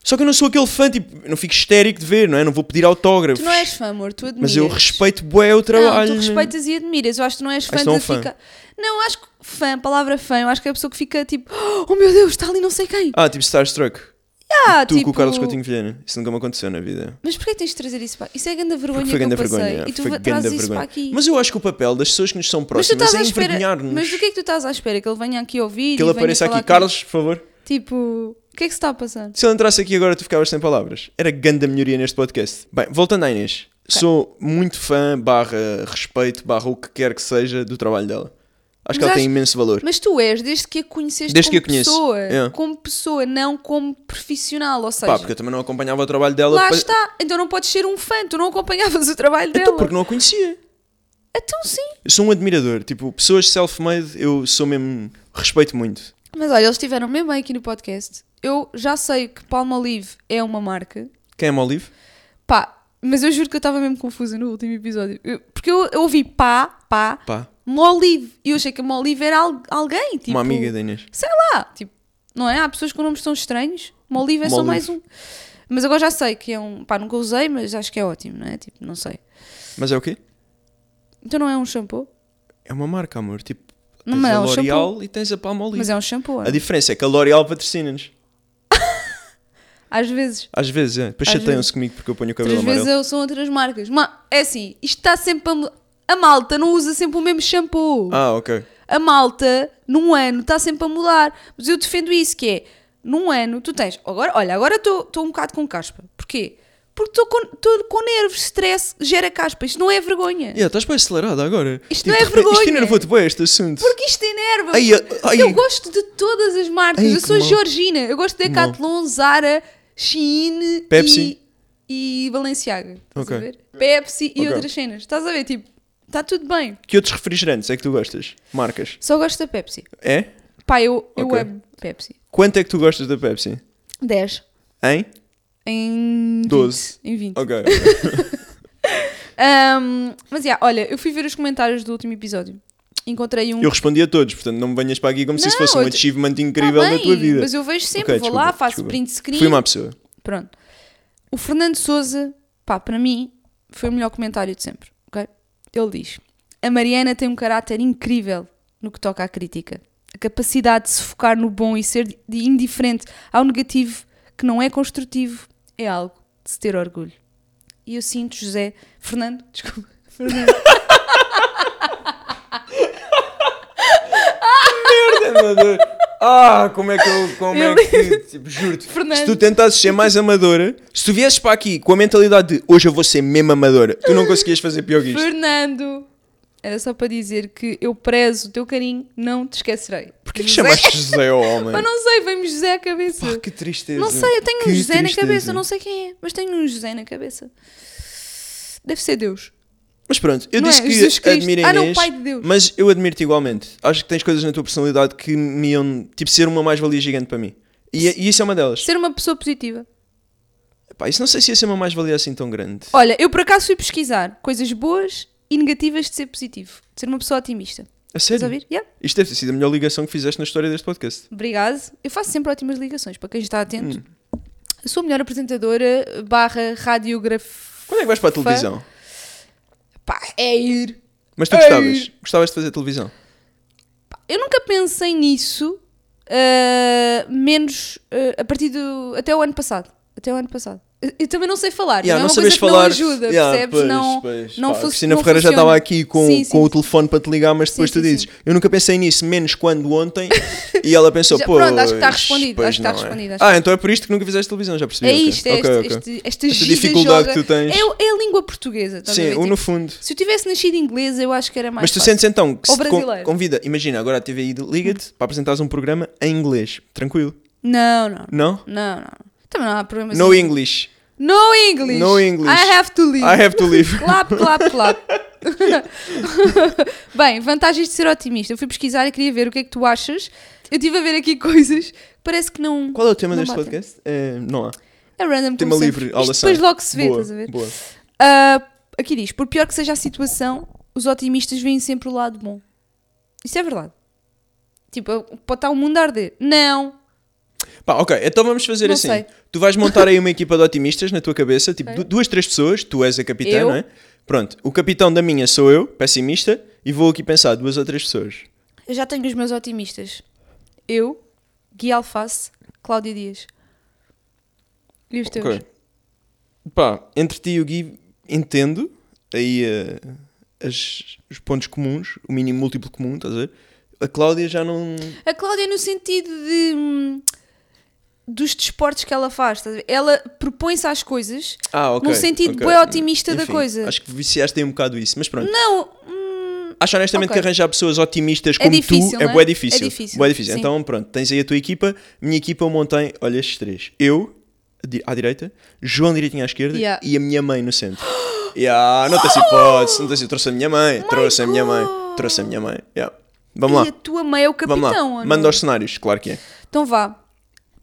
[SPEAKER 2] Só que eu não sou aquele fã, tipo, eu não fico histérico de ver, não é? Não vou pedir autógrafos.
[SPEAKER 1] Tu não és fã, amor, tu admiras.
[SPEAKER 2] mas eu respeito bué o trabalho.
[SPEAKER 1] Não, tu respeitas e admiras. Eu acho que tu não és fã
[SPEAKER 2] sou um
[SPEAKER 1] de
[SPEAKER 2] fã.
[SPEAKER 1] ficar. Não, acho que fã, palavra fã, eu acho que é a pessoa que fica tipo, oh meu Deus, está ali não sei quem.
[SPEAKER 2] Ah, tipo Starstruck.
[SPEAKER 1] Ah,
[SPEAKER 2] tu com
[SPEAKER 1] tipo,
[SPEAKER 2] o Carlos Coutinho Vilhena. Isso nunca me aconteceu na vida.
[SPEAKER 1] Mas porquê tens de trazer isso? Pá? Isso é grande vergonha
[SPEAKER 2] Porque foi grande
[SPEAKER 1] que eu passei.
[SPEAKER 2] vergonha.
[SPEAKER 1] e tu
[SPEAKER 2] foi
[SPEAKER 1] va-
[SPEAKER 2] grande
[SPEAKER 1] trazes isso
[SPEAKER 2] vergonha.
[SPEAKER 1] para aqui.
[SPEAKER 2] Mas eu acho que o papel das pessoas que nos são
[SPEAKER 1] Mas tu
[SPEAKER 2] próximas
[SPEAKER 1] estás
[SPEAKER 2] é
[SPEAKER 1] à espera.
[SPEAKER 2] envergonhar-nos.
[SPEAKER 1] Mas do que é que tu estás à espera? Que ele venha aqui ouvir?
[SPEAKER 2] Que
[SPEAKER 1] e venha
[SPEAKER 2] ele apareça
[SPEAKER 1] falar
[SPEAKER 2] aqui.
[SPEAKER 1] comigo?
[SPEAKER 2] Carlos, por favor.
[SPEAKER 1] Tipo, o que é que se está a passar?
[SPEAKER 2] Se ele entrasse aqui agora, tu ficavas sem palavras. Era grande a melhoria neste podcast. Bem, voltando à Inês. Sou muito fã, barra respeito, barra o que quer que seja do trabalho dela. Acho que
[SPEAKER 1] Mas
[SPEAKER 2] ela tem
[SPEAKER 1] acho-
[SPEAKER 2] imenso valor.
[SPEAKER 1] Mas tu és, desde que a conheceste
[SPEAKER 2] Desde
[SPEAKER 1] como
[SPEAKER 2] que a conheço,
[SPEAKER 1] pessoa,
[SPEAKER 2] é.
[SPEAKER 1] como pessoa, não como profissional, ou seja,
[SPEAKER 2] Pá, porque eu também não acompanhava o trabalho dela.
[SPEAKER 1] lá
[SPEAKER 2] pa-
[SPEAKER 1] está, então não podes ser um fã, tu não acompanhavas o trabalho dela.
[SPEAKER 2] Então, porque não a conhecia.
[SPEAKER 1] Então sim.
[SPEAKER 2] Eu sou um admirador. Tipo, pessoas self-made, eu sou mesmo. Respeito muito.
[SPEAKER 1] Mas olha, eles estiveram mesmo bem aqui no podcast. Eu já sei que Palmolive é uma marca,
[SPEAKER 2] Quem é Molive?
[SPEAKER 1] pá, mas eu juro que eu estava mesmo confusa no último episódio, Eu- porque eu, eu ouvi pá, pá,
[SPEAKER 2] Pá,
[SPEAKER 1] Molive, e eu achei que a Molive era al- alguém, tipo...
[SPEAKER 2] uma amiga da Inês.
[SPEAKER 1] sei lá, tipo, não é? Há pessoas com nomes tão estranhos. Molive é só
[SPEAKER 2] Molive.
[SPEAKER 1] mais um. Mas agora já sei que é um. Pá, nunca usei, mas acho que é ótimo, não é? Tipo, não sei.
[SPEAKER 2] Mas é o quê?
[SPEAKER 1] Então não é um shampoo,
[SPEAKER 2] É uma marca, amor. Tipo,
[SPEAKER 1] Não,
[SPEAKER 2] tens
[SPEAKER 1] mas é
[SPEAKER 2] a
[SPEAKER 1] um
[SPEAKER 2] L'Oreal e tens a Palmolive.
[SPEAKER 1] mas é um shampoo.
[SPEAKER 2] A diferença é que a L'Oreal patrocina-nos.
[SPEAKER 1] Às vezes.
[SPEAKER 2] Às vezes, é. Depois
[SPEAKER 1] Às
[SPEAKER 2] chateiam-se comigo porque eu ponho o cabelo
[SPEAKER 1] Três
[SPEAKER 2] amarelo.
[SPEAKER 1] vezes eu, são outras marcas. Mas é assim, isto está sempre a. mu- A malta não usa sempre o mesmo shampoo.
[SPEAKER 2] Ah, ok.
[SPEAKER 1] A malta, num ano, está sempre a mudar. Mas eu defendo isso, que é, num ano, tu tens... Agora, olha, agora estou estou um bocado com caspa. Porquê? Porque estou com, estou com nervos, stress, gera caspa. Isto não é vergonha.
[SPEAKER 2] Yeah, estás bem acelerada agora.
[SPEAKER 1] Isto não é
[SPEAKER 2] de repente-
[SPEAKER 1] vergonha.
[SPEAKER 2] Isto enervou-te bem este assunto.
[SPEAKER 1] Porque isto enerva.
[SPEAKER 2] Ai, ai.
[SPEAKER 1] eu gosto de todas as marcas.
[SPEAKER 2] Ai,
[SPEAKER 1] eu
[SPEAKER 2] que
[SPEAKER 1] sou
[SPEAKER 2] mal.
[SPEAKER 1] Georgina. Eu gosto de Decathlon, Zara, Shein
[SPEAKER 2] Pepsi.
[SPEAKER 1] e, e Balenciaga. Estás
[SPEAKER 2] Ok.
[SPEAKER 1] a ver? Pepsi e
[SPEAKER 2] Ok.
[SPEAKER 1] outras cenas. Estás a ver? Tipo, está tudo bem.
[SPEAKER 2] Que outros refrigerantes é que tu gostas? Marcas.
[SPEAKER 1] Só gosto da Pepsi.
[SPEAKER 2] É?
[SPEAKER 1] Pá, eu, eu
[SPEAKER 2] Ok.
[SPEAKER 1] amo Pepsi.
[SPEAKER 2] Quanto é que tu gostas da Pepsi?
[SPEAKER 1] 10.
[SPEAKER 2] Hein?
[SPEAKER 1] Em 20.
[SPEAKER 2] Doze.
[SPEAKER 1] Em 20.
[SPEAKER 2] Ok.
[SPEAKER 1] Ahm, mas, yeah, olha, eu fui ver os comentários do último episódio. Encontrei um...
[SPEAKER 2] eu respondi a todos, portanto não me venhas para aqui como se isso
[SPEAKER 1] Não,
[SPEAKER 2] fosse um
[SPEAKER 1] eu te-
[SPEAKER 2] achievement
[SPEAKER 1] Tá
[SPEAKER 2] incrível
[SPEAKER 1] bem,
[SPEAKER 2] da tua vida.
[SPEAKER 1] Mas eu vejo sempre.
[SPEAKER 2] Ok,
[SPEAKER 1] Vou
[SPEAKER 2] desculpa,
[SPEAKER 1] lá, faço
[SPEAKER 2] desculpa.
[SPEAKER 1] print screen.
[SPEAKER 2] Fui uma pessoa.
[SPEAKER 1] Pronto. O Fernando Souza, pá, para mim, foi o melhor comentário de sempre, ok? Ele diz: A Mariana tem um caráter incrível no que toca à crítica. A capacidade de se focar no bom e ser de- indiferente ao negativo que não é construtivo é algo de se ter orgulho. E eu sinto, José. Fernando, desculpa.
[SPEAKER 2] Ah, como é que eu. Como é
[SPEAKER 1] Eu-
[SPEAKER 2] que. Tipo, juro-te.
[SPEAKER 1] Fernando.
[SPEAKER 2] Se tu tentasses ser mais amadora, se tu viesses para aqui com a mentalidade de hoje eu vou ser mesmo amadora, tu não conseguias fazer pior que isto.
[SPEAKER 1] Fernando! Era só para dizer que eu prezo o teu carinho, não te esquecerei.
[SPEAKER 2] Porquê que chamaste José ao homem?
[SPEAKER 1] Mas não sei, vem-me José à cabeça.
[SPEAKER 2] Pá, que tristeza.
[SPEAKER 1] Não sei, eu tenho
[SPEAKER 2] Que
[SPEAKER 1] um José
[SPEAKER 2] tristeza.
[SPEAKER 1] na cabeça, não sei quem é, mas tenho um José na cabeça. Deve ser Deus.
[SPEAKER 2] Mas pronto, eu
[SPEAKER 1] Não é?
[SPEAKER 2] disse
[SPEAKER 1] Jesus
[SPEAKER 2] que
[SPEAKER 1] Cristo.
[SPEAKER 2] admiro a
[SPEAKER 1] Ah, não,
[SPEAKER 2] Inês,
[SPEAKER 1] Pai de Deus.
[SPEAKER 2] mas eu admiro-te igualmente. Acho que tens coisas na tua personalidade que me iam, tipo, ser uma mais-valia gigante para mim. E, e isso é uma delas.
[SPEAKER 1] Ser uma pessoa positiva.
[SPEAKER 2] Pá, isso não sei se ia ser uma mais-valia assim tão grande.
[SPEAKER 1] Olha, eu por acaso fui pesquisar coisas boas e negativas de ser positivo, de ser uma pessoa otimista.
[SPEAKER 2] A
[SPEAKER 1] Estás a
[SPEAKER 2] sério?
[SPEAKER 1] ouvir? Yeah.
[SPEAKER 2] Isto deve ter sido a melhor ligação que fizeste na história deste podcast.
[SPEAKER 1] Obrigado. Eu faço sempre ótimas ligações para quem está atento.
[SPEAKER 2] Hum.
[SPEAKER 1] Eu sou a melhor apresentadora barra radiografia.
[SPEAKER 2] Quando é que vais para a televisão?
[SPEAKER 1] Pá, é ir.
[SPEAKER 2] Mas tu
[SPEAKER 1] Ei!
[SPEAKER 2] gostavas? Gostavas de fazer televisão?
[SPEAKER 1] Eu nunca pensei nisso, ah, menos ah, a partir do. até o ano passado. Até o ano passado. Eu, eu também não sei falar,
[SPEAKER 2] Yeah,
[SPEAKER 1] não é uma coisa que não ajuda,
[SPEAKER 2] Yeah,
[SPEAKER 1] percebes?
[SPEAKER 2] pois,
[SPEAKER 1] não,
[SPEAKER 2] pois.
[SPEAKER 1] não
[SPEAKER 2] Pá,
[SPEAKER 1] fu-
[SPEAKER 2] a Cristina
[SPEAKER 1] não
[SPEAKER 2] Ferreira já
[SPEAKER 1] funciona.
[SPEAKER 2] estava aqui com,
[SPEAKER 1] Sim,
[SPEAKER 2] com
[SPEAKER 1] sim.
[SPEAKER 2] o telefone para te ligar, mas depois
[SPEAKER 1] Sim,
[SPEAKER 2] tu
[SPEAKER 1] sim,
[SPEAKER 2] dizes: Eu nunca pensei nisso, menos quando ontem. E ela pensou:
[SPEAKER 1] Já-
[SPEAKER 2] Pô,
[SPEAKER 1] pronto, acho que está respondido,
[SPEAKER 2] pois
[SPEAKER 1] acho que está
[SPEAKER 2] não é."
[SPEAKER 1] respondido, acho
[SPEAKER 2] Ah, então é por isto que nunca fizeste televisão, já percebi.
[SPEAKER 1] É
[SPEAKER 2] ok.
[SPEAKER 1] isto, é
[SPEAKER 2] Ok,
[SPEAKER 1] este,
[SPEAKER 2] ok.
[SPEAKER 1] este- esta
[SPEAKER 2] Esta
[SPEAKER 1] gira
[SPEAKER 2] dificuldade
[SPEAKER 1] joga.
[SPEAKER 2] que tu tens.
[SPEAKER 1] É, o- é a língua portuguesa, estás a
[SPEAKER 2] Sim,
[SPEAKER 1] ver?
[SPEAKER 2] o
[SPEAKER 1] Tipo,
[SPEAKER 2] no fundo.
[SPEAKER 1] Se eu tivesse nascido inglesa, eu acho que era mais.
[SPEAKER 2] Mas tu
[SPEAKER 1] fácil.
[SPEAKER 2] sentes então que
[SPEAKER 1] Ou
[SPEAKER 2] se te con-
[SPEAKER 1] brasileiro. Hum.
[SPEAKER 2] convida, imagina, agora a TVI de- liga-te para apresentares um programa em inglês, tranquilo,
[SPEAKER 1] Não, não,
[SPEAKER 2] não?
[SPEAKER 1] não, não. Também não há problema
[SPEAKER 2] No
[SPEAKER 1] assim.
[SPEAKER 2] English.
[SPEAKER 1] No English.
[SPEAKER 2] No English.
[SPEAKER 1] I have to leave.
[SPEAKER 2] I have to leave.
[SPEAKER 1] Clap, clap, clap. Bem, vantagens de ser otimista. Eu fui pesquisar e queria ver o que é que tu achas. Eu estive a ver aqui coisas que parece que não.
[SPEAKER 2] Qual é o tema
[SPEAKER 1] Não
[SPEAKER 2] deste
[SPEAKER 1] batem.
[SPEAKER 2] podcast? É, não há.
[SPEAKER 1] É random
[SPEAKER 2] Tema
[SPEAKER 1] como sempre.
[SPEAKER 2] livre, aula
[SPEAKER 1] Isto depois
[SPEAKER 2] sem.
[SPEAKER 1] logo se vê,
[SPEAKER 2] boa,
[SPEAKER 1] estás a ver?
[SPEAKER 2] Boa.
[SPEAKER 1] Ah, aqui diz: por pior que seja a situação, o os otimistas veem sempre o lado bom. Isso é verdade. Tipo, pode estar o mundo a arder. Não.
[SPEAKER 2] Pá, ok, então vamos fazer
[SPEAKER 1] Não
[SPEAKER 2] assim.
[SPEAKER 1] sei.
[SPEAKER 2] Tu vais montar aí uma equipa de otimistas na tua cabeça, tipo
[SPEAKER 1] Ok.
[SPEAKER 2] du- duas, três pessoas, tu és a capitã,
[SPEAKER 1] Eu.
[SPEAKER 2] não é? Pronto, o capitão da minha sou eu, pessimista, e vou aqui pensar duas ou três pessoas.
[SPEAKER 1] Eu já tenho os meus otimistas. Eu, Gui Alface, Cláudio Dias. E os teus?
[SPEAKER 2] Ok. Pá, entre ti e o Gui, entendo aí eh, as- os pontos comuns, o mínimo múltiplo comum, estás a ver? A Cláudia já não.
[SPEAKER 1] A Cláudia, é no sentido de. hum, dos desportos que ela faz, estás a ver? ela propõe-se às coisas
[SPEAKER 2] Ah, ok.
[SPEAKER 1] num sentido
[SPEAKER 2] ok.
[SPEAKER 1] bué otimista da
[SPEAKER 2] Enfim,
[SPEAKER 1] coisa.
[SPEAKER 2] Acho que viciaste aí um bocado isso, mas pronto.
[SPEAKER 1] Não, hum,
[SPEAKER 2] Acho honestamente
[SPEAKER 1] Ok.
[SPEAKER 2] que arranjar pessoas otimistas
[SPEAKER 1] É
[SPEAKER 2] como
[SPEAKER 1] difícil,
[SPEAKER 2] tu é
[SPEAKER 1] não é?
[SPEAKER 2] bué difícil.
[SPEAKER 1] É difícil,
[SPEAKER 2] Bué difícil.
[SPEAKER 1] sim.
[SPEAKER 2] Então pronto, tens aí a tua equipa. Minha equipa eu montei, olha estes três. Eu di- à direita, João direitinho à esquerda
[SPEAKER 1] Yeah.
[SPEAKER 2] e a minha mãe no centro. yeah, não tens hipótese, não tens Trouxe a minha mãe, trouxe a minha mãe,
[SPEAKER 1] Oh God.
[SPEAKER 2] trouxe a minha mãe. Yeah. Vamos lá,
[SPEAKER 1] e a tua mãe é o capitão.
[SPEAKER 2] vamos lá.
[SPEAKER 1] ou não?
[SPEAKER 2] Manda os cenários, claro que é.
[SPEAKER 1] Então vá.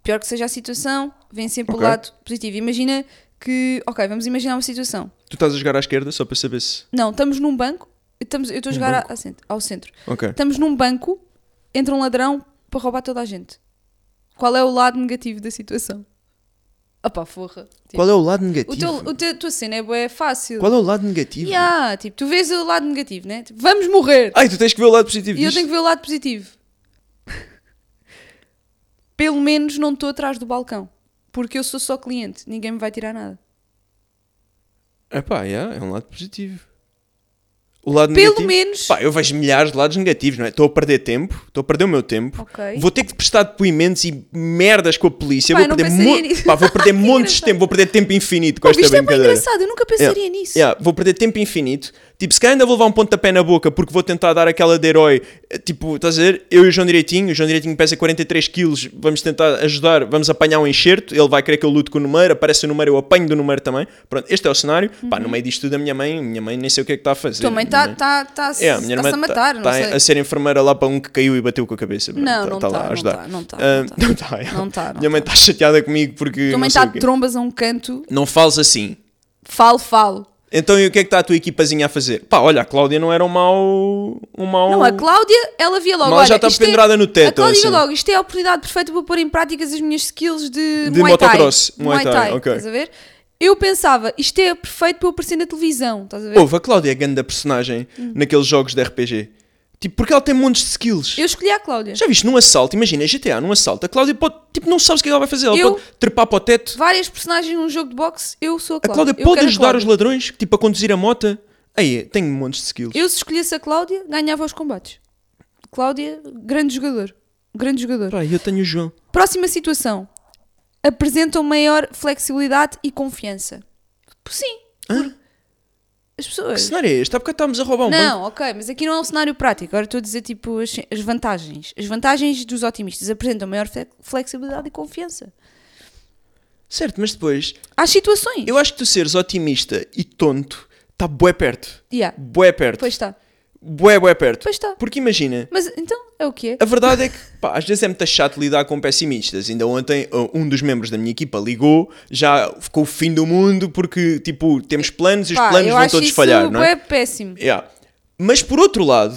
[SPEAKER 1] Pior que seja a situação, vem sempre o
[SPEAKER 2] Ok.
[SPEAKER 1] lado positivo. Imagina que. Ok, vamos imaginar uma situação.
[SPEAKER 2] Tu estás a jogar à esquerda só para saber se.
[SPEAKER 1] Não, estamos num banco. Estamos, eu estou a jogar a- a cent- ao centro.
[SPEAKER 2] Ok.
[SPEAKER 1] Estamos num banco, entra um ladrão para roubar toda a gente. Qual é o lado negativo da situação? Ah pá, forra. Tipo,
[SPEAKER 2] Qual é o lado
[SPEAKER 1] o
[SPEAKER 2] negativo?
[SPEAKER 1] teu, o teu, a tua cena é bué fácil.
[SPEAKER 2] Qual é o lado negativo?
[SPEAKER 1] Yeah, tipo, tu vês o lado negativo, né? Tipo, vamos morrer.
[SPEAKER 2] Ai, tu tens que ver o lado positivo
[SPEAKER 1] e eu
[SPEAKER 2] disto.
[SPEAKER 1] tenho que ver o lado positivo. Pelo menos não estou atrás do balcão. Porque eu sou só cliente, ninguém me vai tirar nada.
[SPEAKER 2] Epá, yeah, é um lado positivo. O lado
[SPEAKER 1] Pelo
[SPEAKER 2] negativo.
[SPEAKER 1] menos.
[SPEAKER 2] Pá, eu vejo milhares de lados negativos, não é? Estou a perder tempo, estou a perder o meu tempo.
[SPEAKER 1] Ok.
[SPEAKER 2] Vou ter que prestar depoimentos e merdas com a polícia.
[SPEAKER 1] Pá, eu não
[SPEAKER 2] vou perder,
[SPEAKER 1] pensaria nisto.
[SPEAKER 2] pá, vou perder montes de
[SPEAKER 1] engraçado.
[SPEAKER 2] tempo, vou perder tempo infinito com
[SPEAKER 1] Pô,
[SPEAKER 2] esta
[SPEAKER 1] isto é bem
[SPEAKER 2] brincadeira.
[SPEAKER 1] engraçado, eu nunca pensaria nisso.
[SPEAKER 2] Yeah, vou perder tempo infinito. Tipo, se calhar ainda vou levar um pontapé na boca porque vou tentar dar aquela de herói. Eh, Tipo, estás a ver? Eu e o João Direitinho, o João Direitinho pesa 43 quilos, vamos tentar ajudar, vamos apanhar um enxerto. Ele vai querer que eu lute com o número, aparece o número, eu apanho do número também. Pronto, este é o cenário. Pá, no meio disto tudo, a minha mãe, minha mãe nem sei o que é que está a fazer.
[SPEAKER 1] Uhum. Tua mãe
[SPEAKER 2] Minha
[SPEAKER 1] está tá, tá,
[SPEAKER 2] é, a minha
[SPEAKER 1] tá-se
[SPEAKER 2] irmã
[SPEAKER 1] a matar,
[SPEAKER 2] tá,
[SPEAKER 1] não
[SPEAKER 2] tá
[SPEAKER 1] sei.
[SPEAKER 2] a ser enfermeira lá para um que caiu e bateu com a cabeça. Pronto,
[SPEAKER 1] Não,
[SPEAKER 2] tá-
[SPEAKER 1] não
[SPEAKER 2] tá
[SPEAKER 1] tá,
[SPEAKER 2] lá a
[SPEAKER 1] não
[SPEAKER 2] ajudar.
[SPEAKER 1] tá, não tá,
[SPEAKER 2] Ah,
[SPEAKER 1] não tá.
[SPEAKER 2] não tá, é.
[SPEAKER 1] Não tá, não
[SPEAKER 2] Minha mãe está chateada comigo porque.
[SPEAKER 1] Tua
[SPEAKER 2] não
[SPEAKER 1] mãe
[SPEAKER 2] sei
[SPEAKER 1] está
[SPEAKER 2] o quê.
[SPEAKER 1] de trombas a um canto,
[SPEAKER 2] Não fales assim.
[SPEAKER 1] falo, falo.
[SPEAKER 2] Então, e o que é que está a tua equipazinha a fazer? Pá, olha, a Cláudia não era um mau. Um mau...
[SPEAKER 1] Não, a Cláudia, ela via logo.
[SPEAKER 2] Mas ela já
[SPEAKER 1] olha,
[SPEAKER 2] tá
[SPEAKER 1] isto é-
[SPEAKER 2] pendurada no teto,
[SPEAKER 1] A Cláudia via
[SPEAKER 2] assim.
[SPEAKER 1] logo, isto é a oportunidade perfeita para pôr em práticas as minhas skills de,
[SPEAKER 2] De
[SPEAKER 1] Muay Thai.
[SPEAKER 2] motocross, Muay Thai, ok.
[SPEAKER 1] Estás a ver? Eu pensava, isto é perfeito para eu aparecer na televisão, estás a ver?
[SPEAKER 2] Houve, a Cláudia é a grande personagem
[SPEAKER 1] Hum.
[SPEAKER 2] naqueles jogos de RPG. Tipo, porque ela tem montes de skills.
[SPEAKER 1] Eu escolhi a Cláudia.
[SPEAKER 2] Já viste, num assalto, imagina, GTA, num assalto, a Cláudia pode. Tipo, não sabes o que é que ela vai fazer. Ela
[SPEAKER 1] Eu-
[SPEAKER 2] pode trepar para o teto.
[SPEAKER 1] Várias personagens num jogo de boxe, eu sou a
[SPEAKER 2] A
[SPEAKER 1] Cláudia.
[SPEAKER 2] Cláudia
[SPEAKER 1] Eu
[SPEAKER 2] pode
[SPEAKER 1] quero a
[SPEAKER 2] ajudar os
[SPEAKER 1] Cláudia.
[SPEAKER 2] ladrões, tipo, a conduzir a moto. Aí, tem montes de skills.
[SPEAKER 1] Eu, se escolhesse a Cláudia, ganhava os combates. Cláudia, grande jogador. Grande jogador.
[SPEAKER 2] Pá, eu tenho o João.
[SPEAKER 1] Próxima situação. Apresentam maior flexibilidade e confiança. Sim. por- As
[SPEAKER 2] Que
[SPEAKER 1] pessoas.
[SPEAKER 2] cenário é este? Há bocado estávamos a roubar um banco.
[SPEAKER 1] Não, ok, mas aqui não é um cenário prático. Agora estou a dizer tipo as, as vantagens. As vantagens dos otimistas apresentam maior fle- flexibilidade e confiança.
[SPEAKER 2] Certo, mas depois,
[SPEAKER 1] Às situações.
[SPEAKER 2] eu acho que tu seres otimista e tonto está bué perto.
[SPEAKER 1] Yeah.
[SPEAKER 2] Bué perto.
[SPEAKER 1] Pois está.
[SPEAKER 2] Bué, bué perto.
[SPEAKER 1] Pois tá. está.
[SPEAKER 2] Porque imagina,
[SPEAKER 1] Mas então é o que é?
[SPEAKER 2] a verdade é que pá, às vezes é muito chato lidar com pessimistas. Ainda ontem uh, um dos membros da minha equipa ligou, já ficou o fim do mundo porque tipo, temos planos e os
[SPEAKER 1] Pá,
[SPEAKER 2] planos
[SPEAKER 1] eu
[SPEAKER 2] vão
[SPEAKER 1] acho
[SPEAKER 2] todos
[SPEAKER 1] isso
[SPEAKER 2] falhar, não é?
[SPEAKER 1] bué péssimo.
[SPEAKER 2] Yeah. Mas por outro lado,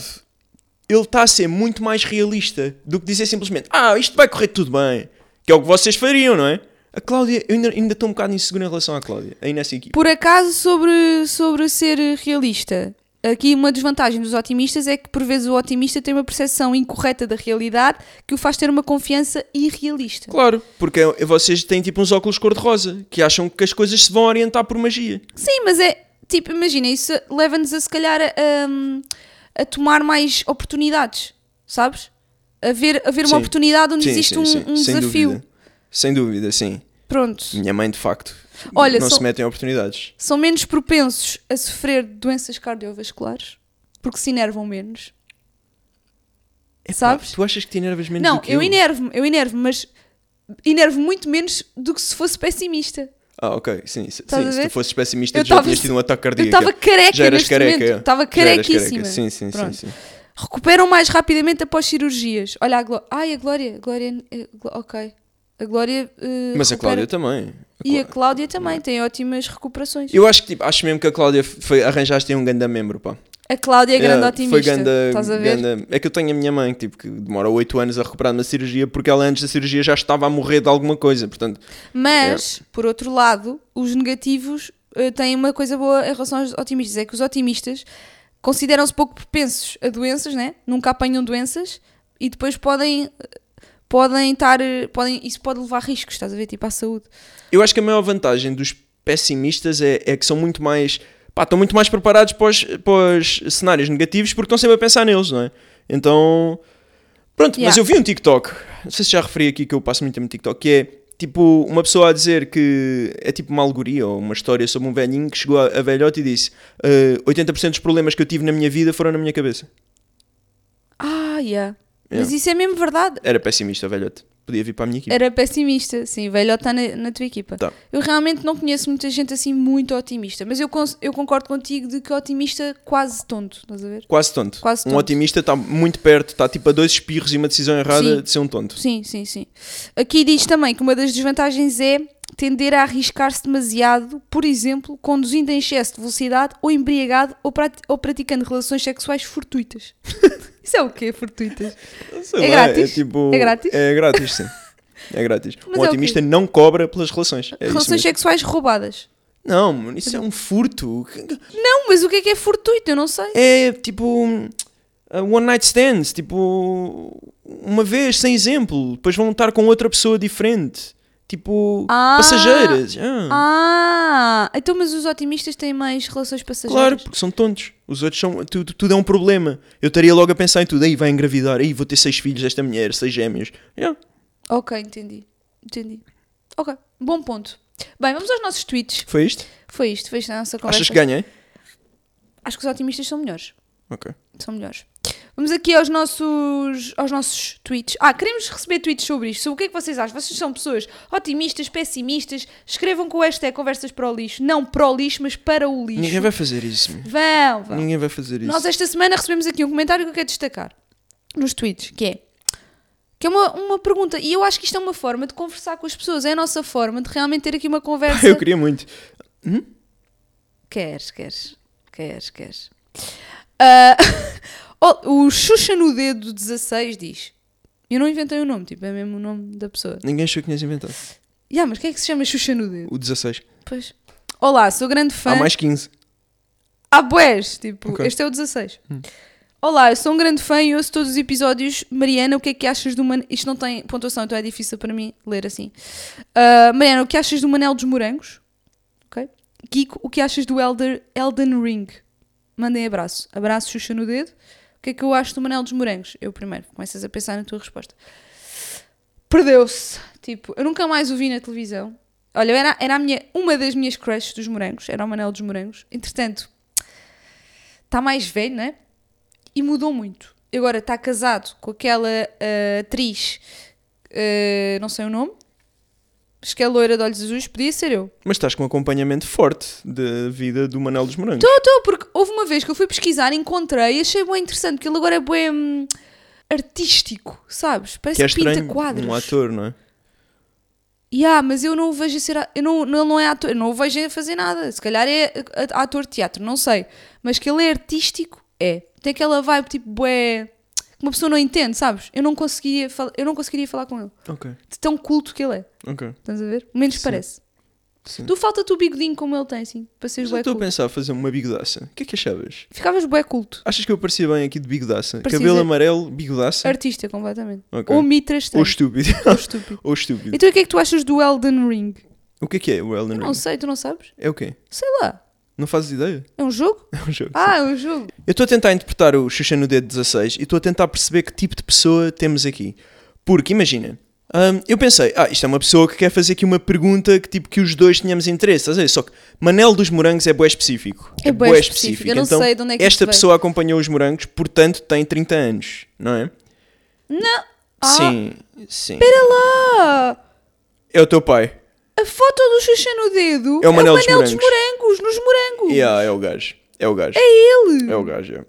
[SPEAKER 2] ele está a ser muito mais realista do que dizer simplesmente Ah, isto vai correr tudo bem. Que é o que vocês fariam, não é? A Cláudia, eu ainda ainda estou um bocado inseguro em relação à Cláudia, aí nessa equipa.
[SPEAKER 1] Por acaso, sobre, sobre ser realista, aqui uma desvantagem dos otimistas é que por vezes o otimista tem uma percepção incorreta da realidade que o faz ter uma confiança irrealista.
[SPEAKER 2] Claro, porque é- vocês têm tipo uns óculos cor-de-rosa que acham que as coisas se vão orientar por magia.
[SPEAKER 1] Sim, mas é tipo, imagina, isso leva-nos a se calhar a, hum, a tomar mais oportunidades, sabes? A ver, a ver uma
[SPEAKER 2] Sim.
[SPEAKER 1] oportunidade onde existe um, um
[SPEAKER 2] Sem
[SPEAKER 1] desafio.
[SPEAKER 2] Dúvida. Hum. Sem dúvida, sim.
[SPEAKER 1] Pronto.
[SPEAKER 2] Minha mãe, de facto,
[SPEAKER 1] Olha,
[SPEAKER 2] não
[SPEAKER 1] só-
[SPEAKER 2] se mete em oportunidades.
[SPEAKER 1] São menos propensos a sofrer doenças cardiovasculares porque se enervam menos. Sabes?
[SPEAKER 2] Pá, Tu achas que te enervas menos
[SPEAKER 1] Não,
[SPEAKER 2] do que
[SPEAKER 1] eu enervo-me, eu enervo-me, mas enervo muito menos do que se fosse pessimista.
[SPEAKER 2] Ah, ok, sim. se-
[SPEAKER 1] Estás
[SPEAKER 2] sim,
[SPEAKER 1] a
[SPEAKER 2] se
[SPEAKER 1] ver?
[SPEAKER 2] tu fosses pessimista,
[SPEAKER 1] Eu
[SPEAKER 2] já
[SPEAKER 1] tava-
[SPEAKER 2] tinhas tido um ataque
[SPEAKER 1] Eu
[SPEAKER 2] cardíaco.
[SPEAKER 1] estava careca
[SPEAKER 2] já eras
[SPEAKER 1] neste
[SPEAKER 2] careca.
[SPEAKER 1] momento.
[SPEAKER 2] é.
[SPEAKER 1] Estava
[SPEAKER 2] Já eras
[SPEAKER 1] carequíssima.
[SPEAKER 2] Sim, sim, sim,
[SPEAKER 1] Pronto.
[SPEAKER 2] sim.
[SPEAKER 1] Recuperam mais rapidamente após cirurgias. Olha a Glória. Ai, a Glória. a Glória eh, Gló- ok. A Glória. eh,
[SPEAKER 2] Mas a
[SPEAKER 1] recupera-
[SPEAKER 2] Cláudia também. A
[SPEAKER 1] E a
[SPEAKER 2] Clá-
[SPEAKER 1] Cláudia também tem ótimas recuperações.
[SPEAKER 2] Eu acho que tipo, acho mesmo que a Cláudia foi, arranjaste aí um ganda membro, pá.
[SPEAKER 1] A Cláudia é grande
[SPEAKER 2] Yeah,
[SPEAKER 1] otimista.
[SPEAKER 2] Foi ganda,
[SPEAKER 1] estás a ver?
[SPEAKER 2] ganda- É que eu tenho a minha mãe que, tipo, que demora 8 anos a recuperar de uma cirurgia porque ela antes da cirurgia já estava a morrer de alguma coisa. Portanto,
[SPEAKER 1] Mas, por outro lado, os negativos eh, têm uma coisa boa em relação aos otimistas: é que os otimistas consideram-se pouco propensos a doenças, né? nunca apanham doenças e depois podem. Podem estar. eh, Podem, isso pode levar a riscos, estás a ver? Tipo à saúde.
[SPEAKER 2] eu acho que a maior vantagem dos pessimistas é, é que são muito mais. Pá, estão muito mais preparados para os, para os cenários negativos porque estão sempre a pensar neles, não é? Então. Pronto, mas
[SPEAKER 1] Yeah.
[SPEAKER 2] eu vi um TikTok. Não sei se já referi aqui que eu passo muito tempo no TikTok, que é tipo uma pessoa a dizer que é tipo uma alegoria ou uma história sobre um velhinho que chegou a, a velhote e disse: "Ah, 80% dos problemas que eu tive na minha vida foram na minha cabeça.
[SPEAKER 1] Ah, yeah. Mas
[SPEAKER 2] Yeah.
[SPEAKER 1] isso é mesmo verdade.
[SPEAKER 2] Era pessimista, velhote. Podia vir para a minha equipe.
[SPEAKER 1] Era pessimista, sim, velho está na, na tua equipa.
[SPEAKER 2] Tá.
[SPEAKER 1] Eu realmente não conheço muita gente assim muito otimista, mas eu, cons- eu concordo contigo de que otimista quase tonto, estás a ver?
[SPEAKER 2] Quase tonto.
[SPEAKER 1] Quase
[SPEAKER 2] Um
[SPEAKER 1] tonto.
[SPEAKER 2] otimista está muito perto, está tipo a dois espirros e uma decisão errada
[SPEAKER 1] Sim.
[SPEAKER 2] de ser um tonto.
[SPEAKER 1] Sim, sim, sim. Aqui diz também que uma das desvantagens é tender a arriscar-se demasiado, por exemplo, conduzindo em excesso de velocidade ou embriagado ou, prati- ou praticando relações sexuais fortuitas. Isso é o quê, fortuitas?
[SPEAKER 2] Sei
[SPEAKER 1] É
[SPEAKER 2] lá,
[SPEAKER 1] grátis?
[SPEAKER 2] tipo-
[SPEAKER 1] É grátis?
[SPEAKER 2] É grátis, sim. É grátis.
[SPEAKER 1] Mas é
[SPEAKER 2] um
[SPEAKER 1] o
[SPEAKER 2] otimista não cobra pelas relações. É isso
[SPEAKER 1] relações
[SPEAKER 2] mesmo.
[SPEAKER 1] sexuais roubadas.
[SPEAKER 2] Não, mano, isso é um furto.
[SPEAKER 1] Não, mas o que é que é fortuito? Eu não sei.
[SPEAKER 2] É tipo. uh, One night stands, tipo. Uma vez, sem exemplo. Depois vão estar com outra pessoa diferente. Tipo.
[SPEAKER 1] Ah.
[SPEAKER 2] Passageiras. Ah,
[SPEAKER 1] Ah, então mas os otimistas têm mais relações passageiras?
[SPEAKER 2] claro, porque são tontos. Os outros são. Tudo, tudo é um problema. Eu estaria logo a pensar em tudo. Aí vai engravidar. Aí vou ter seis filhos esta mulher, seis gêmeos. Yeah.
[SPEAKER 1] Ok, entendi. Entendi. Ok, bom ponto. Bem, vamos aos nossos tweets.
[SPEAKER 2] Foi isto?
[SPEAKER 1] Foi isto, foi isto a nossa conversa.
[SPEAKER 2] Achas que é? ganhei?
[SPEAKER 1] Acho que os otimistas são melhores.
[SPEAKER 2] Ok.
[SPEAKER 1] São melhores. Vamos aqui aos nossos, aos nossos tweets. Ah, queremos receber tweets sobre isto. Sobre o que é que vocês acham? Vocês são pessoas otimistas, pessimistas? Escrevam com esta conversas para o lixo. Não para o lixo, mas para o lixo.
[SPEAKER 2] Ninguém vai fazer isso. meu.
[SPEAKER 1] Vão, vão.
[SPEAKER 2] Ninguém vai fazer isso.
[SPEAKER 1] Nós esta semana recebemos aqui um comentário que eu quero destacar nos tweets, que é que é uma, uma pergunta, e eu acho que isto é uma forma de conversar com as pessoas, é a nossa forma de realmente ter aqui uma conversa.
[SPEAKER 2] Eu queria muito.
[SPEAKER 1] Queres, queres, queres, queres. Ah, oh, o Xuxa no dedo 16 diz. Eu não inventei o nome, tipo, é mesmo o nome da pessoa.
[SPEAKER 2] Ninguém achou que tinhas inventado.
[SPEAKER 1] Ya, mas quem é que se chama Xuxa no dedo?
[SPEAKER 2] O 16.
[SPEAKER 1] Pois. Olá, sou grande fã.
[SPEAKER 2] Há mais 15.
[SPEAKER 1] Ah, boés! Tipo,
[SPEAKER 2] Ok.
[SPEAKER 1] este é o 16. Olá, eu sou um grande fã e ouço todos os episódios. Mariana, o que é que achas do Manel? Isto não tem pontuação, então é difícil para mim ler assim. Ah, Mariana, o que achas do Manel dos Morangos? Ok. Kiko, o que achas do Elder, Elden Ring? Mandem abraço. Abraço, Xuxa no dedo. O que é que eu acho do Manel dos Morangos? Eu primeiro, começas a pensar na tua resposta. Perdeu-se. Tipo, eu nunca mais o vi na televisão. Olha, eu era, era a minha, uma das minhas crushes dos morangos, era o Manel dos Morangos. Entretanto, está mais velho, né? E mudou muito. Agora está casado com aquela ah, atriz, ah, não sei o nome, mas que é loira de olhos azuis, podia ser eu.
[SPEAKER 2] Mas estás com um acompanhamento forte da vida do Manel dos Morangos.
[SPEAKER 1] Estou, estou, então, porque houve uma vez que eu fui pesquisar, encontrei, achei bem interessante, que ele agora é bem hum, artístico, sabes? Parece
[SPEAKER 2] que
[SPEAKER 1] que,
[SPEAKER 2] é
[SPEAKER 1] pinta
[SPEAKER 2] estranho.
[SPEAKER 1] quadros.
[SPEAKER 2] Um ator, não é?
[SPEAKER 1] Yeah, mas eu não o vejo a ser. a- Eu não, ele não é ator, eu não o vejo a fazer nada. Se calhar é a- a- ator de teatro, não sei. Mas que ele é artístico, é. Tem aquela vibe tipo, bué, que uma pessoa não entende, sabes? Eu não, conseguia fal- eu não conseguiria falar com ele.
[SPEAKER 2] Ok,
[SPEAKER 1] De tão culto que ele é.
[SPEAKER 2] ok.
[SPEAKER 1] Estás a ver? Menos
[SPEAKER 2] Sim.
[SPEAKER 1] parece.
[SPEAKER 2] Sim.
[SPEAKER 1] Tu falta-te o bigodinho como ele tem, assim, para seres
[SPEAKER 2] Mas eu
[SPEAKER 1] bué
[SPEAKER 2] estou a
[SPEAKER 1] culto.
[SPEAKER 2] pensar fazer uma bigodaça. O que é que achavas?
[SPEAKER 1] Ficavas bué culto.
[SPEAKER 2] Achas que eu parecia bem aqui de bigodaça?
[SPEAKER 1] Parecia-
[SPEAKER 2] Cabelo amarelo, bigodaça?
[SPEAKER 1] Artista, completamente.
[SPEAKER 2] Ok.
[SPEAKER 1] Ou mitra estranho.
[SPEAKER 2] Ou estúpido.
[SPEAKER 1] Ou estúpido.
[SPEAKER 2] Ou estúpido.
[SPEAKER 1] Então o que é que tu achas do Elden Ring?
[SPEAKER 2] O que é que é o Elden
[SPEAKER 1] Não
[SPEAKER 2] Ring?
[SPEAKER 1] sei, tu não sabes?
[SPEAKER 2] É o quê?
[SPEAKER 1] Sei lá.
[SPEAKER 2] Não fazes ideia?
[SPEAKER 1] É um jogo?
[SPEAKER 2] É um jogo.
[SPEAKER 1] Ah, é um jogo.
[SPEAKER 2] Eu estou a tentar interpretar o Xuxa no dedo 16 e estou a tentar perceber que tipo de pessoa temos aqui. Porque, imagina, hum, eu pensei, ah, isto é uma pessoa que quer fazer aqui uma pergunta que tipo que os dois tínhamos interesse, estás a ver? Só que Manel dos Morangos é bué específico.
[SPEAKER 1] É bué específico, eu não
[SPEAKER 2] então,
[SPEAKER 1] sei de onde é que isto
[SPEAKER 2] Esta
[SPEAKER 1] veio.
[SPEAKER 2] pessoa acompanhou os morangos, portanto tem 30 anos, não é?
[SPEAKER 1] Não. Ah.
[SPEAKER 2] Sim, sim.
[SPEAKER 1] Espera lá!
[SPEAKER 2] É o teu pai.
[SPEAKER 1] A foto do Xuxa no dedo
[SPEAKER 2] É o Manel dos
[SPEAKER 1] dos, morangos. nos morangos.
[SPEAKER 2] Yeah, é o gajo. É o gajo.
[SPEAKER 1] É ele.
[SPEAKER 2] É o gajo, é.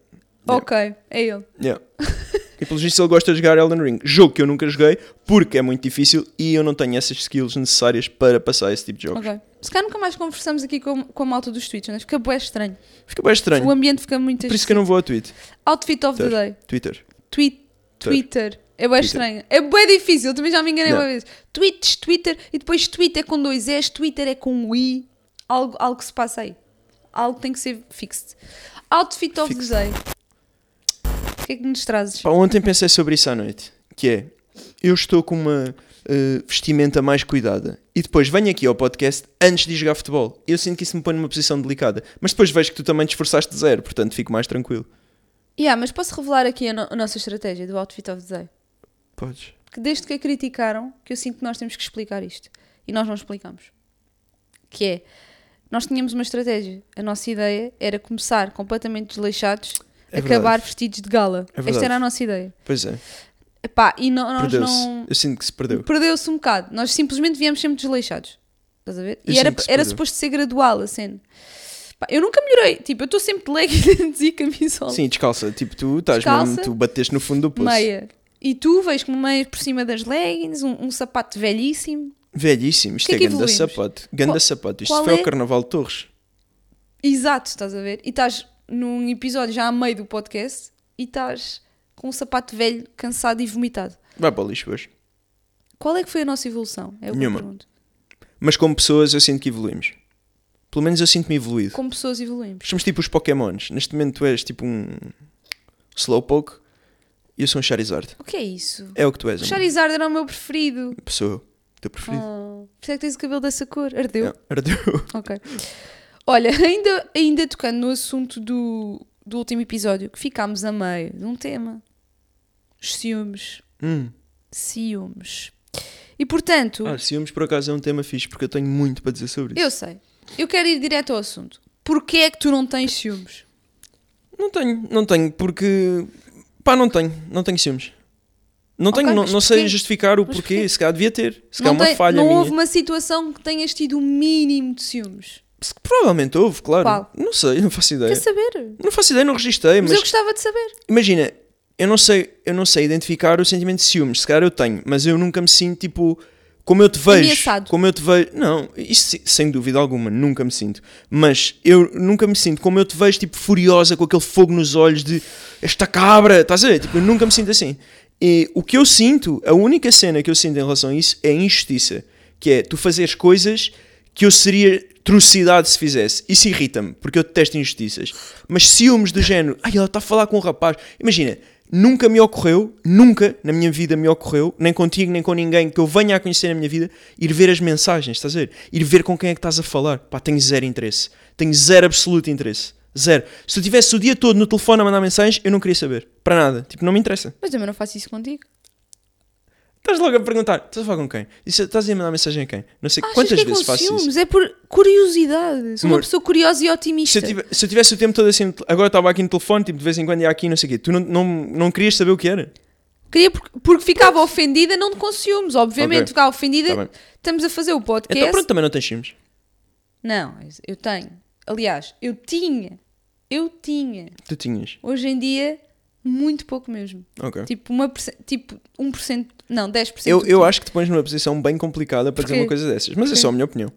[SPEAKER 1] Ok, é ele.
[SPEAKER 2] Yeah. E pelos vistos ele gosta de jogar Elden Ring. Jogo que eu nunca joguei, porque é muito difícil e eu não tenho essas skills necessárias para passar esse tipo de jogos.
[SPEAKER 1] Ok. Se calhar nunca mais conversamos aqui com, com a malta dos tweets, mas fica bué estranho.
[SPEAKER 2] Fica bem estranho.
[SPEAKER 1] O ambiente é fica muito
[SPEAKER 2] Por isso que eu não vou a tweet.
[SPEAKER 1] Outfit of the day.
[SPEAKER 2] Twitter.
[SPEAKER 1] Tweet, Twitter. É bem
[SPEAKER 2] Twitter.
[SPEAKER 1] estranho. É bem difícil, também já me enganei
[SPEAKER 2] Não.
[SPEAKER 1] uma vez. Tweets, Twitter, e depois Twitter é com dois S, Twitter é com um I. Algo, algo que se passa aí. Algo tem que ser fixed. Outfit of
[SPEAKER 2] Fixed.
[SPEAKER 1] the day. O que é que nos trazes?
[SPEAKER 2] Pá, ontem pensei sobre isso à noite, que é eu estou com uma eh, vestimenta mais cuidada e depois venho aqui ao podcast antes de jogar futebol. Eu sinto que isso me põe numa posição delicada, mas depois vejo que tu também te esforçaste de zero, portanto fico mais tranquilo.
[SPEAKER 1] Yeah, mas posso revelar aqui a, no- a nossa estratégia do Outfit of the Day?
[SPEAKER 2] Podes.
[SPEAKER 1] Porque desde que a criticaram, que eu sinto que nós temos que explicar isto. E nós não explicamos. Que é, nós tínhamos uma estratégia. A nossa ideia era começar completamente desleixados,
[SPEAKER 2] É
[SPEAKER 1] acabar
[SPEAKER 2] verdade.
[SPEAKER 1] vestidos de gala.
[SPEAKER 2] É
[SPEAKER 1] Esta
[SPEAKER 2] verdade.
[SPEAKER 1] era a nossa ideia.
[SPEAKER 2] Pois é,
[SPEAKER 1] Epá, e no- nós
[SPEAKER 2] perdeu-se.
[SPEAKER 1] não...
[SPEAKER 2] Eu sinto que se perdeu.
[SPEAKER 1] Perdeu-se um bocado. Nós simplesmente viemos sempre desleixados. Estás a ver?
[SPEAKER 2] Eu
[SPEAKER 1] e era,
[SPEAKER 2] sinto que se
[SPEAKER 1] era
[SPEAKER 2] perdeu.
[SPEAKER 1] suposto ser gradual a cena. Pá, eu nunca melhorei. Tipo, eu estou sempre de leggings e camisola.
[SPEAKER 2] Sim, descalça. Tipo, tu estás
[SPEAKER 1] Descalça.
[SPEAKER 2] mesmo, tu bateste no fundo do poço.
[SPEAKER 1] meia. E tu vejo com meia por cima das leggings, um, um sapato velhíssimo.
[SPEAKER 2] Velhíssimo, isto
[SPEAKER 1] Que é
[SPEAKER 2] é,
[SPEAKER 1] que
[SPEAKER 2] ganda
[SPEAKER 1] evoluímos?
[SPEAKER 2] sapato. Ganda
[SPEAKER 1] Qual-
[SPEAKER 2] sapato. Isto
[SPEAKER 1] qual
[SPEAKER 2] foi
[SPEAKER 1] é?
[SPEAKER 2] ao Carnaval de Torres.
[SPEAKER 1] Exato, estás a ver? E estás num episódio já a meio do podcast e estás com um sapato velho, cansado e vomitado.
[SPEAKER 2] Vai para o lixo hoje.
[SPEAKER 1] Qual é que foi a nossa evolução? É o que eu
[SPEAKER 2] Nenhuma.
[SPEAKER 1] pergunto.
[SPEAKER 2] Mas como pessoas eu sinto que evoluímos. Pelo menos eu sinto-me evoluído.
[SPEAKER 1] Como pessoas evoluímos.
[SPEAKER 2] Somos tipo os Pokémons. Neste momento tu és tipo um Slowpoke e eu sou um Charizard.
[SPEAKER 1] O que é isso?
[SPEAKER 2] É o que tu és,
[SPEAKER 1] O
[SPEAKER 2] amor.
[SPEAKER 1] Charizard era o meu preferido.
[SPEAKER 2] Pessoa. Teu preferido.
[SPEAKER 1] Oh, por isso é que tens o cabelo dessa cor. Ardeu.
[SPEAKER 2] É, Ardeu.
[SPEAKER 1] Ok. Olha, ainda, ainda tocando no assunto do, do último episódio, que ficámos a meio de um tema. Os ciúmes.
[SPEAKER 2] Hum.
[SPEAKER 1] Ciúmes. E portanto,
[SPEAKER 2] Ah, ciúmes por acaso é um tema fixe porque eu tenho muito para dizer sobre isso.
[SPEAKER 1] eu sei. Eu quero ir direto ao assunto. Porquê é que tu não tens ciúmes?
[SPEAKER 2] Não tenho, não tenho, porque. Pá, não tenho, não tenho ciúmes. Não
[SPEAKER 1] Ok,
[SPEAKER 2] tenho, não,
[SPEAKER 1] mas
[SPEAKER 2] não sei
[SPEAKER 1] porquê?
[SPEAKER 2] justificar o
[SPEAKER 1] Mas
[SPEAKER 2] porquê.
[SPEAKER 1] porquê?
[SPEAKER 2] Se calhar devia ter. Se
[SPEAKER 1] não
[SPEAKER 2] calhar uma
[SPEAKER 1] tem-
[SPEAKER 2] falha
[SPEAKER 1] não
[SPEAKER 2] minha.
[SPEAKER 1] houve uma situação que tenhas tido o mínimo de ciúmes.
[SPEAKER 2] Se- Provavelmente houve, claro.
[SPEAKER 1] Qual?
[SPEAKER 2] Não sei, não faço ideia.
[SPEAKER 1] Quer saber?
[SPEAKER 2] Não faço ideia, não registrei,
[SPEAKER 1] Mas,
[SPEAKER 2] mas,
[SPEAKER 1] eu gostava de saber.
[SPEAKER 2] imagina, eu não sei, eu não sei identificar o sentimento de ciúmes, se calhar eu tenho, mas eu nunca me sinto tipo como eu te vejo,
[SPEAKER 1] Ameaçado.
[SPEAKER 2] como eu te vejo. Não, isso se- sem dúvida alguma, nunca me sinto. Mas eu nunca me sinto como eu te vejo, tipo furiosa com aquele fogo nos olhos de esta cabra, estás a ver? Tipo, eu nunca me sinto assim. E o que eu sinto, a única cena que eu sinto em relação a isso é a injustiça, que é tu fazeres coisas que eu seria atrocidade se fizesse. Isso irrita-me, porque eu detesto injustiças. Mas ciúmes do género, ai, ela está a falar com um rapaz. Imagina, nunca me ocorreu, nunca na minha vida me ocorreu, nem contigo, nem com ninguém que eu venha a conhecer na minha vida, ir ver as mensagens, estás a ver? Ir ver com quem é que estás a falar. Pá, tenho zero interesse. Tenho zero absoluto interesse. Zero. Se eu tivesse o dia todo no telefone a mandar mensagens, eu não queria saber. Para nada. Tipo, não me interessa.
[SPEAKER 1] Mas também não faço isso contigo.
[SPEAKER 2] Estás logo a perguntar, estás a falar com quem? Isso- Estás a mandar mensagem a quem? Não sei
[SPEAKER 1] Achas
[SPEAKER 2] quantas
[SPEAKER 1] que é
[SPEAKER 2] vezes
[SPEAKER 1] com
[SPEAKER 2] faço isso.
[SPEAKER 1] ciúmes? É por curiosidade. Sou uma
[SPEAKER 2] Amor,
[SPEAKER 1] pessoa curiosa e
[SPEAKER 2] Se
[SPEAKER 1] otimista.
[SPEAKER 2] eu, tive- se eu tivesse o tempo todo assim, agora estava aqui no telefone, tipo, de vez em quando ia aqui, não sei o quê, tu não, não, não querias saber o que era?
[SPEAKER 1] Queria porque, porque ficava ofendida, não com ciúmes, obviamente.
[SPEAKER 2] Ok.
[SPEAKER 1] Ficava
[SPEAKER 2] Tá
[SPEAKER 1] ofendida.
[SPEAKER 2] bem.
[SPEAKER 1] Estamos a fazer o podcast.
[SPEAKER 2] Então pronto, também não tens ciúmes.
[SPEAKER 1] Não, eu tenho. Aliás, eu tinha. Eu tinha.
[SPEAKER 2] Tu tinhas.
[SPEAKER 1] Hoje em dia, muito pouco mesmo.
[SPEAKER 2] Ok.
[SPEAKER 1] Tipo, uma, perce- tipo 1%. Não, 10%.
[SPEAKER 2] É. eu,
[SPEAKER 1] do
[SPEAKER 2] eu
[SPEAKER 1] tempo.
[SPEAKER 2] acho que te pões numa posição bem complicada para dizer
[SPEAKER 1] Porquê?
[SPEAKER 2] uma coisa dessas, mas é só a minha opinião.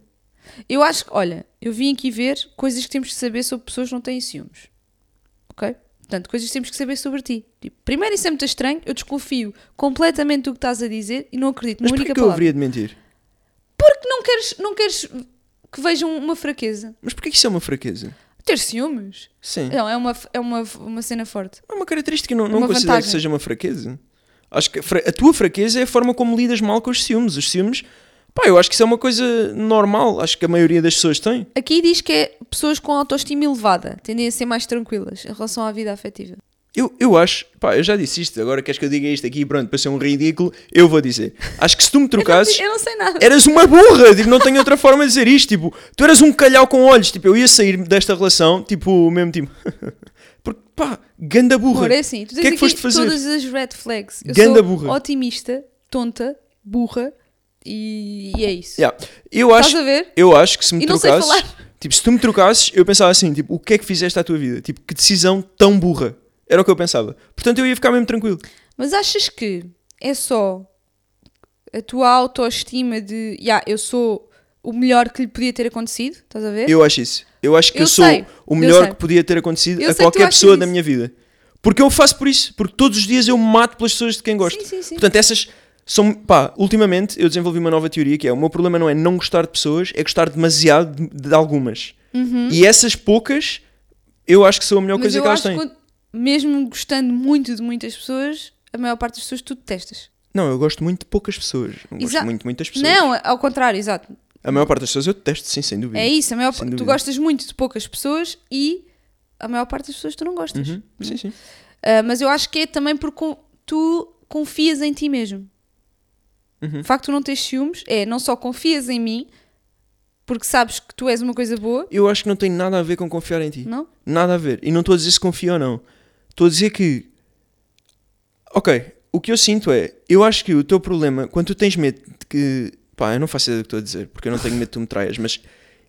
[SPEAKER 1] Eu acho que, olha, eu vim aqui ver coisas que temos que saber sobre pessoas que não têm ciúmes. Ok? Portanto, coisas que temos que saber sobre ti. Tipo, primeiro, isso é muito estranho. Eu desconfio completamente do que estás a dizer e não acredito
[SPEAKER 2] Mas
[SPEAKER 1] numa
[SPEAKER 2] porquê
[SPEAKER 1] única
[SPEAKER 2] que eu
[SPEAKER 1] palavra.
[SPEAKER 2] haveria de mentir?
[SPEAKER 1] Porque não queres, não queres que vejam uma fraqueza.
[SPEAKER 2] Mas porquê que isso é uma fraqueza?
[SPEAKER 1] Ter ciúmes?
[SPEAKER 2] Sim.
[SPEAKER 1] Não, é uma, é uma, uma cena forte.
[SPEAKER 2] É uma característica, não,
[SPEAKER 1] É
[SPEAKER 2] não
[SPEAKER 1] uma
[SPEAKER 2] considero
[SPEAKER 1] vantagem.
[SPEAKER 2] que seja uma fraqueza. Acho que a fra- a tua fraqueza é a forma como lidas mal com os ciúmes. Os ciúmes, pá, eu acho que isso é uma coisa normal, acho que a maioria das pessoas tem.
[SPEAKER 1] Aqui diz que é pessoas com autoestima elevada tendem a ser mais tranquilas em relação à vida afetiva.
[SPEAKER 2] Eu, eu acho, pá, eu já disse isto, agora queres que eu diga isto aqui e pronto, para ser um ridículo, eu vou dizer. Acho que se tu me trocasses,
[SPEAKER 1] Eu não sei nada.
[SPEAKER 2] eras uma burra, tipo, não tenho outra forma de dizer isto, tipo, tu eras um calhau com olhos, tipo, eu ia sair desta relação, tipo, mesmo tipo, porque pá, ganda burra.
[SPEAKER 1] Amor, é assim, tu
[SPEAKER 2] que
[SPEAKER 1] tens
[SPEAKER 2] é que
[SPEAKER 1] aqui
[SPEAKER 2] foste fazer?
[SPEAKER 1] todas as red flags. Eu
[SPEAKER 2] Ganda
[SPEAKER 1] sou
[SPEAKER 2] burra.
[SPEAKER 1] otimista, tonta, burra e, e é isso.
[SPEAKER 2] Yeah. Eu acho,
[SPEAKER 1] Estás a ver?
[SPEAKER 2] eu acho que se me
[SPEAKER 1] E não sei
[SPEAKER 2] trocasses,
[SPEAKER 1] falar.
[SPEAKER 2] tipo, se tu me trocasses, eu pensava assim, tipo, o que é que fizeste à tua vida? Tipo, que decisão tão burra. Era o que eu pensava. Portanto, eu ia ficar mesmo tranquilo.
[SPEAKER 1] Mas achas que é só a tua autoestima de, "Ya, eu sou o melhor que lhe podia ter acontecido? Estás a ver?
[SPEAKER 2] Eu acho isso. Eu acho que eu,
[SPEAKER 1] Eu
[SPEAKER 2] sou
[SPEAKER 1] sei,
[SPEAKER 2] o
[SPEAKER 1] eu
[SPEAKER 2] melhor
[SPEAKER 1] sei.
[SPEAKER 2] que podia ter acontecido
[SPEAKER 1] Eu sei
[SPEAKER 2] a
[SPEAKER 1] que tu
[SPEAKER 2] qualquer
[SPEAKER 1] achas
[SPEAKER 2] pessoa da
[SPEAKER 1] isso.
[SPEAKER 2] minha vida. Porque eu faço por isso. Porque todos os dias eu me mato pelas pessoas de quem gosto.
[SPEAKER 1] Sim, sim, sim.
[SPEAKER 2] Portanto, essas são. Pá, ultimamente eu desenvolvi uma nova teoria que é: o meu problema não é não gostar de pessoas, é gostar demasiado de, de algumas. E essas poucas eu acho que são a melhor
[SPEAKER 1] Uhum. Mas
[SPEAKER 2] é coisa
[SPEAKER 1] eu
[SPEAKER 2] que elas
[SPEAKER 1] acho que
[SPEAKER 2] têm.
[SPEAKER 1] quando- mesmo gostando muito de muitas pessoas, a maior parte das pessoas tu detestas.
[SPEAKER 2] Não, eu gosto muito de poucas pessoas. Não gosto
[SPEAKER 1] Exa-
[SPEAKER 2] muito de muitas pessoas.
[SPEAKER 1] Não, ao contrário, exato.
[SPEAKER 2] A maior parte das pessoas eu detesto, sim, sem dúvida.
[SPEAKER 1] É isso, a maior,
[SPEAKER 2] Sem
[SPEAKER 1] tu
[SPEAKER 2] dúvida.
[SPEAKER 1] gostas muito de poucas pessoas e a maior parte das pessoas tu não gostas.
[SPEAKER 2] Uhum, Sim, sim.
[SPEAKER 1] Ah, mas eu acho que é também porque con- tu confias em ti mesmo.
[SPEAKER 2] Uhum.
[SPEAKER 1] O facto de tu não teres ciúmes é não só confias em mim, porque sabes que tu és uma coisa boa,
[SPEAKER 2] Eu acho que não tem nada a ver com confiar em ti.
[SPEAKER 1] não?
[SPEAKER 2] Nada a ver. E não estou a dizer se confio ou não. Estou a dizer que. Ok, o que eu sinto é. Eu acho que o teu problema, quando tu tens medo de que. Pá, eu não faço ideia do que estou a dizer, porque eu não tenho medo que tu me traias, mas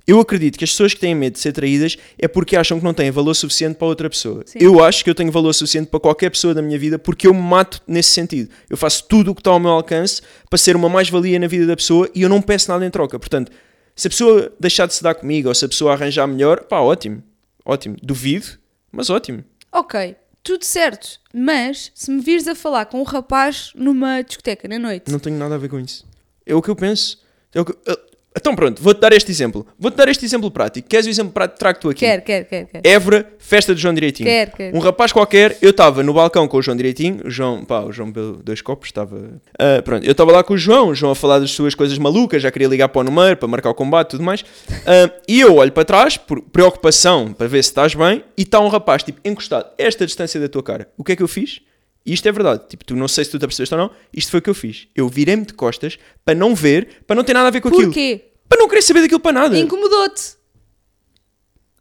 [SPEAKER 2] eu acredito que as pessoas que têm medo de ser traídas é porque acham que não têm valor suficiente para outra pessoa.
[SPEAKER 1] Sim.
[SPEAKER 2] Eu acho que eu tenho valor suficiente para qualquer pessoa da minha vida porque eu me mato nesse sentido. Eu faço tudo o que está ao meu alcance para ser uma mais-valia na vida da pessoa e eu não peço nada em troca. Portanto, se a pessoa deixar de se dar comigo ou se a pessoa arranjar melhor, pá, ótimo. Ótimo. Duvido, mas ótimo.
[SPEAKER 1] Ok, tudo certo, mas se me vires a falar com um rapaz numa discoteca na noite,
[SPEAKER 2] Não tenho nada a ver com isso. É o que eu penso. É o que- Eh, Então pronto, vou-te dar este exemplo. Vou-te dar este exemplo prático. Queres o exemplo prático? Trago-te aqui.
[SPEAKER 1] quer, quer, quer, quer.
[SPEAKER 2] Évora, festa de João Direitinho.
[SPEAKER 1] Quer, quer.
[SPEAKER 2] Um rapaz qualquer, eu estava no balcão com o João Direitinho, o João, pá, o João bebeu dois copos, estava... Ah, pronto, eu estava lá com o João, o João a falar das suas coisas malucas, já queria ligar para o número, para marcar o combate e tudo mais. Ah, e eu olho para trás, por preocupação, para ver se estás bem, e está um rapaz, tipo, encostado, esta distância da tua cara. O que é que eu fiz? E isto é verdade, tipo, tu não sei se tu te apercebeste ou não, isto foi o que eu fiz. Eu virei-me de costas, para não ver, para não ter nada a ver É com aquilo.
[SPEAKER 1] Porquê?
[SPEAKER 2] Para não querer saber daquilo para nada.
[SPEAKER 1] Incomodou-te.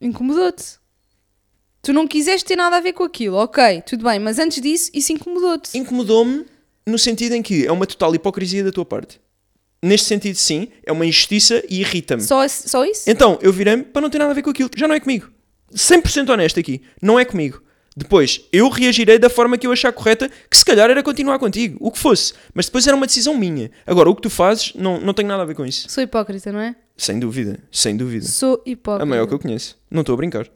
[SPEAKER 1] Incomodou-te. Tu não quiseste ter nada a ver com aquilo, ok, tudo bem, mas antes disso, isso incomodou-te.
[SPEAKER 2] incomodou-me no sentido em que é uma total hipocrisia da tua parte. Neste sentido, sim, é uma injustiça e irrita-me.
[SPEAKER 1] Só, esse- só isso?
[SPEAKER 2] Então, eu virei-me para não ter nada a ver com aquilo. Já não é comigo. 100% honesto aqui. Não é comigo. Depois, eu reagirei da forma que eu achar correta, que se calhar era continuar contigo, o que fosse. Mas depois era uma decisão minha. Agora, o que tu fazes, não, não tenho nada a ver com isso.
[SPEAKER 1] Sou hipócrita, não é?
[SPEAKER 2] Sem dúvida, sem dúvida.
[SPEAKER 1] Sou hipócrita.
[SPEAKER 2] A maior que eu conheço. Não estou a brincar.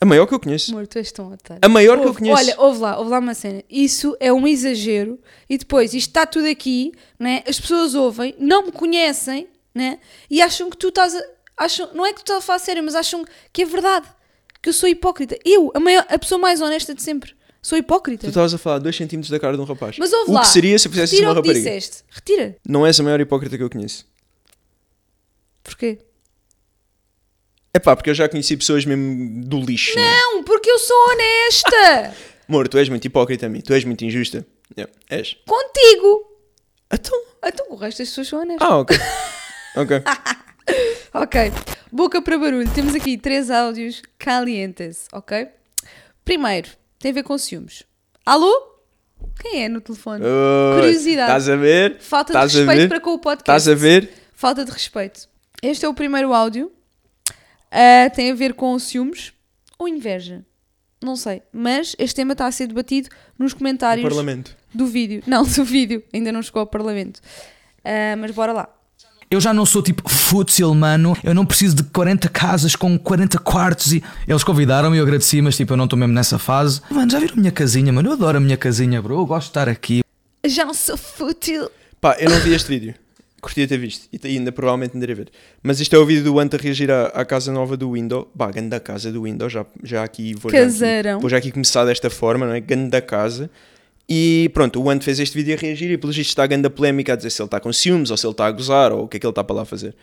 [SPEAKER 2] A maior que eu conheço.
[SPEAKER 1] Amor, tu és tão otário.
[SPEAKER 2] A maior que eu
[SPEAKER 1] Ouve,
[SPEAKER 2] conheço.
[SPEAKER 1] Olha, ouve lá, ouve lá uma cena. Isso é um exagero. E depois, isto está tudo aqui, né? As pessoas ouvem, não me conhecem, né? E acham que tu estás a... Acham... Não é que tu estás a falar sério, mas acham que é verdade. Que eu sou hipócrita. Eu, a, maior... a pessoa mais honesta de sempre. Sou hipócrita.
[SPEAKER 2] Tu estavas a falar 2 centímetros da cara de um rapaz.
[SPEAKER 1] Mas ouve
[SPEAKER 2] o
[SPEAKER 1] lá.
[SPEAKER 2] que seria se eu fizesse isso a
[SPEAKER 1] Retira
[SPEAKER 2] uma
[SPEAKER 1] o que
[SPEAKER 2] rapariga?
[SPEAKER 1] disseste. Retira.
[SPEAKER 2] Não és a maior hipócrita que eu conheço.
[SPEAKER 1] Porquê?
[SPEAKER 2] É pá, porque eu já conheci pessoas mesmo do lixo. Não. é?
[SPEAKER 1] Não, porque eu sou honesta.
[SPEAKER 2] Amor, tu és muito hipócrita a mim, tu és muito injusta. Yeah, és.
[SPEAKER 1] Contigo.
[SPEAKER 2] Então.
[SPEAKER 1] Então, o resto das pessoas são honestas.
[SPEAKER 2] Ah, ok. Ah, ok.
[SPEAKER 1] Ok, boca para barulho. Temos aqui três áudios calientes, ok? Primeiro, tem a ver com ciúmes. Alô? Quem é no telefone?
[SPEAKER 2] Oi,
[SPEAKER 1] Curiosidade.
[SPEAKER 2] Estás a ver?
[SPEAKER 1] Falta
[SPEAKER 2] Eh, Estás
[SPEAKER 1] de
[SPEAKER 2] a
[SPEAKER 1] respeito
[SPEAKER 2] ver?
[SPEAKER 1] para com o podcast.
[SPEAKER 2] Estás a ver?
[SPEAKER 1] Falta de respeito. Este é o primeiro áudio. Ah, tem a ver com ciúmes ou inveja. Não sei, mas este tema está a ser debatido nos
[SPEAKER 2] No
[SPEAKER 1] comentários
[SPEAKER 2] Parlamento.
[SPEAKER 1] do vídeo. Não, do vídeo. Ainda não chegou ao Parlamento. Ah, mas bora lá.
[SPEAKER 3] Eu já não sou tipo futsal, mano. Eu não preciso de 40 casas com 40 quartos e. Eles convidaram-me e eu agradeci, mas tipo, eu não estou mesmo nessa fase. Mano, já viram a minha casinha, mano? Eu adoro a minha casinha, bro. Eu gosto de estar aqui.
[SPEAKER 1] Já não sou fútil.
[SPEAKER 2] Pá, eu não vi este vídeo. Curtia ter visto. E ainda provavelmente ainda irei ver. Mas isto é o vídeo do Ant a reagir à, à casa nova do Window. Bah, ganda casa do Window. Já, já aqui vou Já
[SPEAKER 1] Casarão.
[SPEAKER 2] aqui, vou já aqui começar desta forma, não é? Ganda casa. E pronto, o Ant fez este vídeo a reagir e pelo visto está a ganda polémica a dizer se ele está com ciúmes ou se ele está a gozar ou o que é que ele está para lá fazer.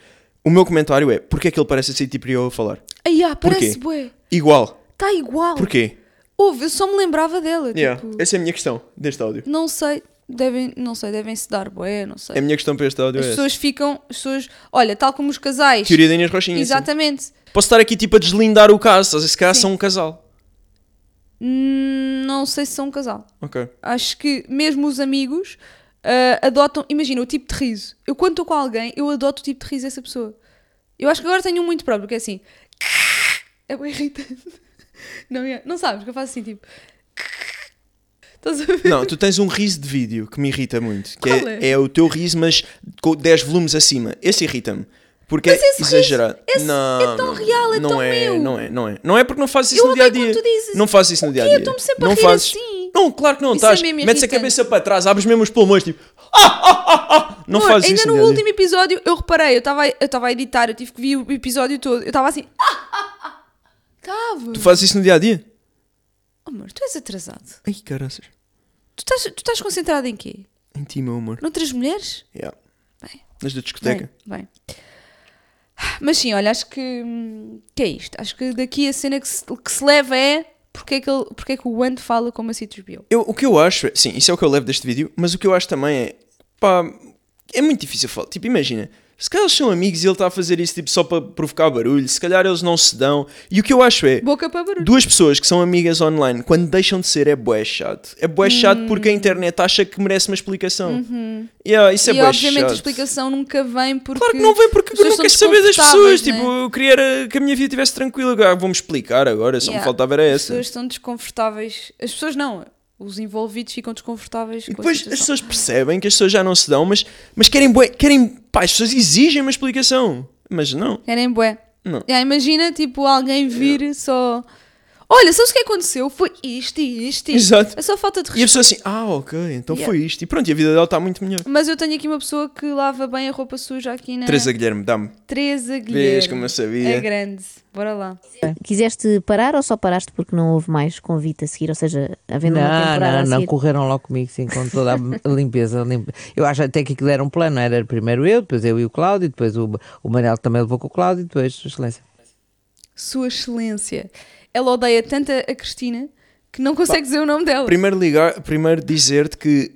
[SPEAKER 2] O meu comentário é, porquê é que ele parece ser tipo eu a falar?
[SPEAKER 1] Ai, ah,
[SPEAKER 2] Porquê?
[SPEAKER 1] parece bué.
[SPEAKER 2] Igual.
[SPEAKER 1] Está igual.
[SPEAKER 2] Porquê?
[SPEAKER 1] Houve, eu só me lembrava dela.
[SPEAKER 2] Yeah.
[SPEAKER 1] Tipo,
[SPEAKER 2] Essa é a minha questão deste áudio.
[SPEAKER 1] não sei, devem, não sei, devem se dar bué, não sei.
[SPEAKER 2] A minha questão para este áudio
[SPEAKER 1] as
[SPEAKER 2] é essa.
[SPEAKER 1] pessoas ficam, as pessoas, olha, tal como os casais.
[SPEAKER 2] Teoria da Inês Rochinha. sim.
[SPEAKER 1] Exatamente.
[SPEAKER 2] Posso estar aqui tipo a deslindar o caso, estás a ver? se calhar são um casal.
[SPEAKER 1] Hum, Não sei se são um casal.
[SPEAKER 2] Ok.
[SPEAKER 1] Acho que mesmo os amigos ah, adotam, imagina, o tipo de riso. Eu quando estou com alguém, eu adoto o tipo de riso dessa pessoa. Eu acho que agora tenho um muito próprio, que é assim. É bem irritante. Não, é- não sabes, que eu faço assim, tipo. Estás a ver?
[SPEAKER 2] Não, tu tens um riso de vídeo que me irrita muito. Que
[SPEAKER 1] Qual
[SPEAKER 2] é, é o teu riso, mas com 10 volumes acima. Esse irrita-me. Porque
[SPEAKER 1] Mas
[SPEAKER 2] é
[SPEAKER 1] esse riso,
[SPEAKER 2] exagerado.
[SPEAKER 1] esse é
[SPEAKER 2] não,
[SPEAKER 1] tão
[SPEAKER 2] não,
[SPEAKER 1] real, é
[SPEAKER 2] não
[SPEAKER 1] tão
[SPEAKER 2] é,
[SPEAKER 1] meu.
[SPEAKER 2] Não é, não é. Não é porque não fazes isso
[SPEAKER 1] Eu
[SPEAKER 2] no dia a
[SPEAKER 1] odeio
[SPEAKER 2] dia.
[SPEAKER 1] quando tu dizes,
[SPEAKER 2] Não fazes isso no
[SPEAKER 1] "O quê?
[SPEAKER 2] dia a dia.
[SPEAKER 1] Eu estou-me sempre a
[SPEAKER 2] não
[SPEAKER 1] rir
[SPEAKER 2] fazes...
[SPEAKER 1] assim."
[SPEAKER 2] Não, claro que não.
[SPEAKER 1] Isso
[SPEAKER 2] Estás...
[SPEAKER 1] é mesmo
[SPEAKER 2] metes a
[SPEAKER 1] irritante.
[SPEAKER 2] cabeça para trás, abres mesmo os pulmões, tipo. "Ah, ah, ah, ah." Não
[SPEAKER 1] Amor,
[SPEAKER 2] fazes
[SPEAKER 1] ainda
[SPEAKER 2] isso
[SPEAKER 1] no
[SPEAKER 2] no dia a dia.
[SPEAKER 1] último episódio eu reparei, eu estava eu estava a editar, eu tive que ver o episódio todo. Eu estava assim. Ah, ah, ah. Estava.
[SPEAKER 2] Tu fazes isso no dia a dia?
[SPEAKER 1] Amor, tu és atrasado.
[SPEAKER 2] Ai, caraças.
[SPEAKER 1] Tu estás, tu estás concentrado em quê?
[SPEAKER 2] Em ti, meu amor.
[SPEAKER 1] Noutras mulheres?
[SPEAKER 2] Yeah.
[SPEAKER 1] Bem.
[SPEAKER 2] Nas da discoteca.
[SPEAKER 1] Bem, bem. Mas sim, olha, acho que, hum, que é isto. Acho que daqui a cena que se, que se leva é porque é que, ele, porque é que o Wand fala como a C3PO.
[SPEAKER 2] Eu, o que eu acho, é- sim, isso é o que eu levo deste vídeo, mas o que eu acho também é, pá, é muito difícil falar. Tipo, imagina, se calhar eles são amigos e ele está a fazer isso tipo, só para provocar barulho, se calhar eles não se dão. E o que eu acho é,
[SPEAKER 1] Boca para barulho.
[SPEAKER 2] duas pessoas que são amigas online, quando deixam de ser, é bué chato. É bué
[SPEAKER 1] Hum.
[SPEAKER 2] chato porque a internet acha que merece uma explicação. Yeah, isso é
[SPEAKER 1] Uhum. e
[SPEAKER 2] bué
[SPEAKER 1] obviamente
[SPEAKER 2] chato.
[SPEAKER 1] a explicação nunca vem porque.
[SPEAKER 2] Claro que não vem porque
[SPEAKER 1] as
[SPEAKER 2] eu não
[SPEAKER 1] pessoas
[SPEAKER 2] quero
[SPEAKER 1] são
[SPEAKER 2] saber das pessoas.
[SPEAKER 1] desconfortáveis,
[SPEAKER 2] Tipo,
[SPEAKER 1] né?
[SPEAKER 2] eu queria era que a minha vida estivesse tranquila. Ah, vou-me explicar agora, só
[SPEAKER 1] Yeah.
[SPEAKER 2] me faltava era
[SPEAKER 1] As
[SPEAKER 2] essa.
[SPEAKER 1] pessoas estão desconfortáveis. As pessoas não. Os envolvidos ficam desconfortáveis.
[SPEAKER 2] E
[SPEAKER 1] com a
[SPEAKER 2] depois as
[SPEAKER 1] situação.
[SPEAKER 2] pessoas percebem que as pessoas já não se dão, mas, mas querem, bué- querem. Pá, as pessoas exigem uma explicação. Mas não.
[SPEAKER 1] Querem É bué.
[SPEAKER 2] Não.
[SPEAKER 1] Já, imagina, tipo, alguém vir só. Olha, sabes o que aconteceu? Foi isto e isto e isto."
[SPEAKER 2] Exato.
[SPEAKER 1] É só falta de
[SPEAKER 2] E a pessoa assim, ah, ok, então
[SPEAKER 1] Yeah. É.
[SPEAKER 2] foi isto. E pronto, e a vida dela está muito melhor.
[SPEAKER 1] Mas eu tenho aqui uma pessoa que lava bem a roupa suja aqui na
[SPEAKER 2] Teresa Guilherme, dá-me.
[SPEAKER 1] Teresa Guilherme.
[SPEAKER 2] Vês como eu
[SPEAKER 1] É
[SPEAKER 2] sabia.
[SPEAKER 1] grande. Bora lá.
[SPEAKER 4] Quiseste parar ou só paraste porque não houve mais convite a seguir? Ou seja, havendo Tá uma
[SPEAKER 5] Não,
[SPEAKER 4] temporada assim.
[SPEAKER 5] não,
[SPEAKER 4] a
[SPEAKER 5] não,
[SPEAKER 4] seguir?
[SPEAKER 5] correram logo comigo, sim, com toda a limpeza. limpa. Eu acho até que aquilo era um plano, era primeiro eu, depois eu e o Cláudio, depois o, o Manel também levou com o Cláudio, depois Sua Excelência.
[SPEAKER 1] Sua Excelência. Ela odeia tanto a a Cristina que não consegue dizer o nome dela.
[SPEAKER 2] Primeiro, ligar, primeiro dizer-te que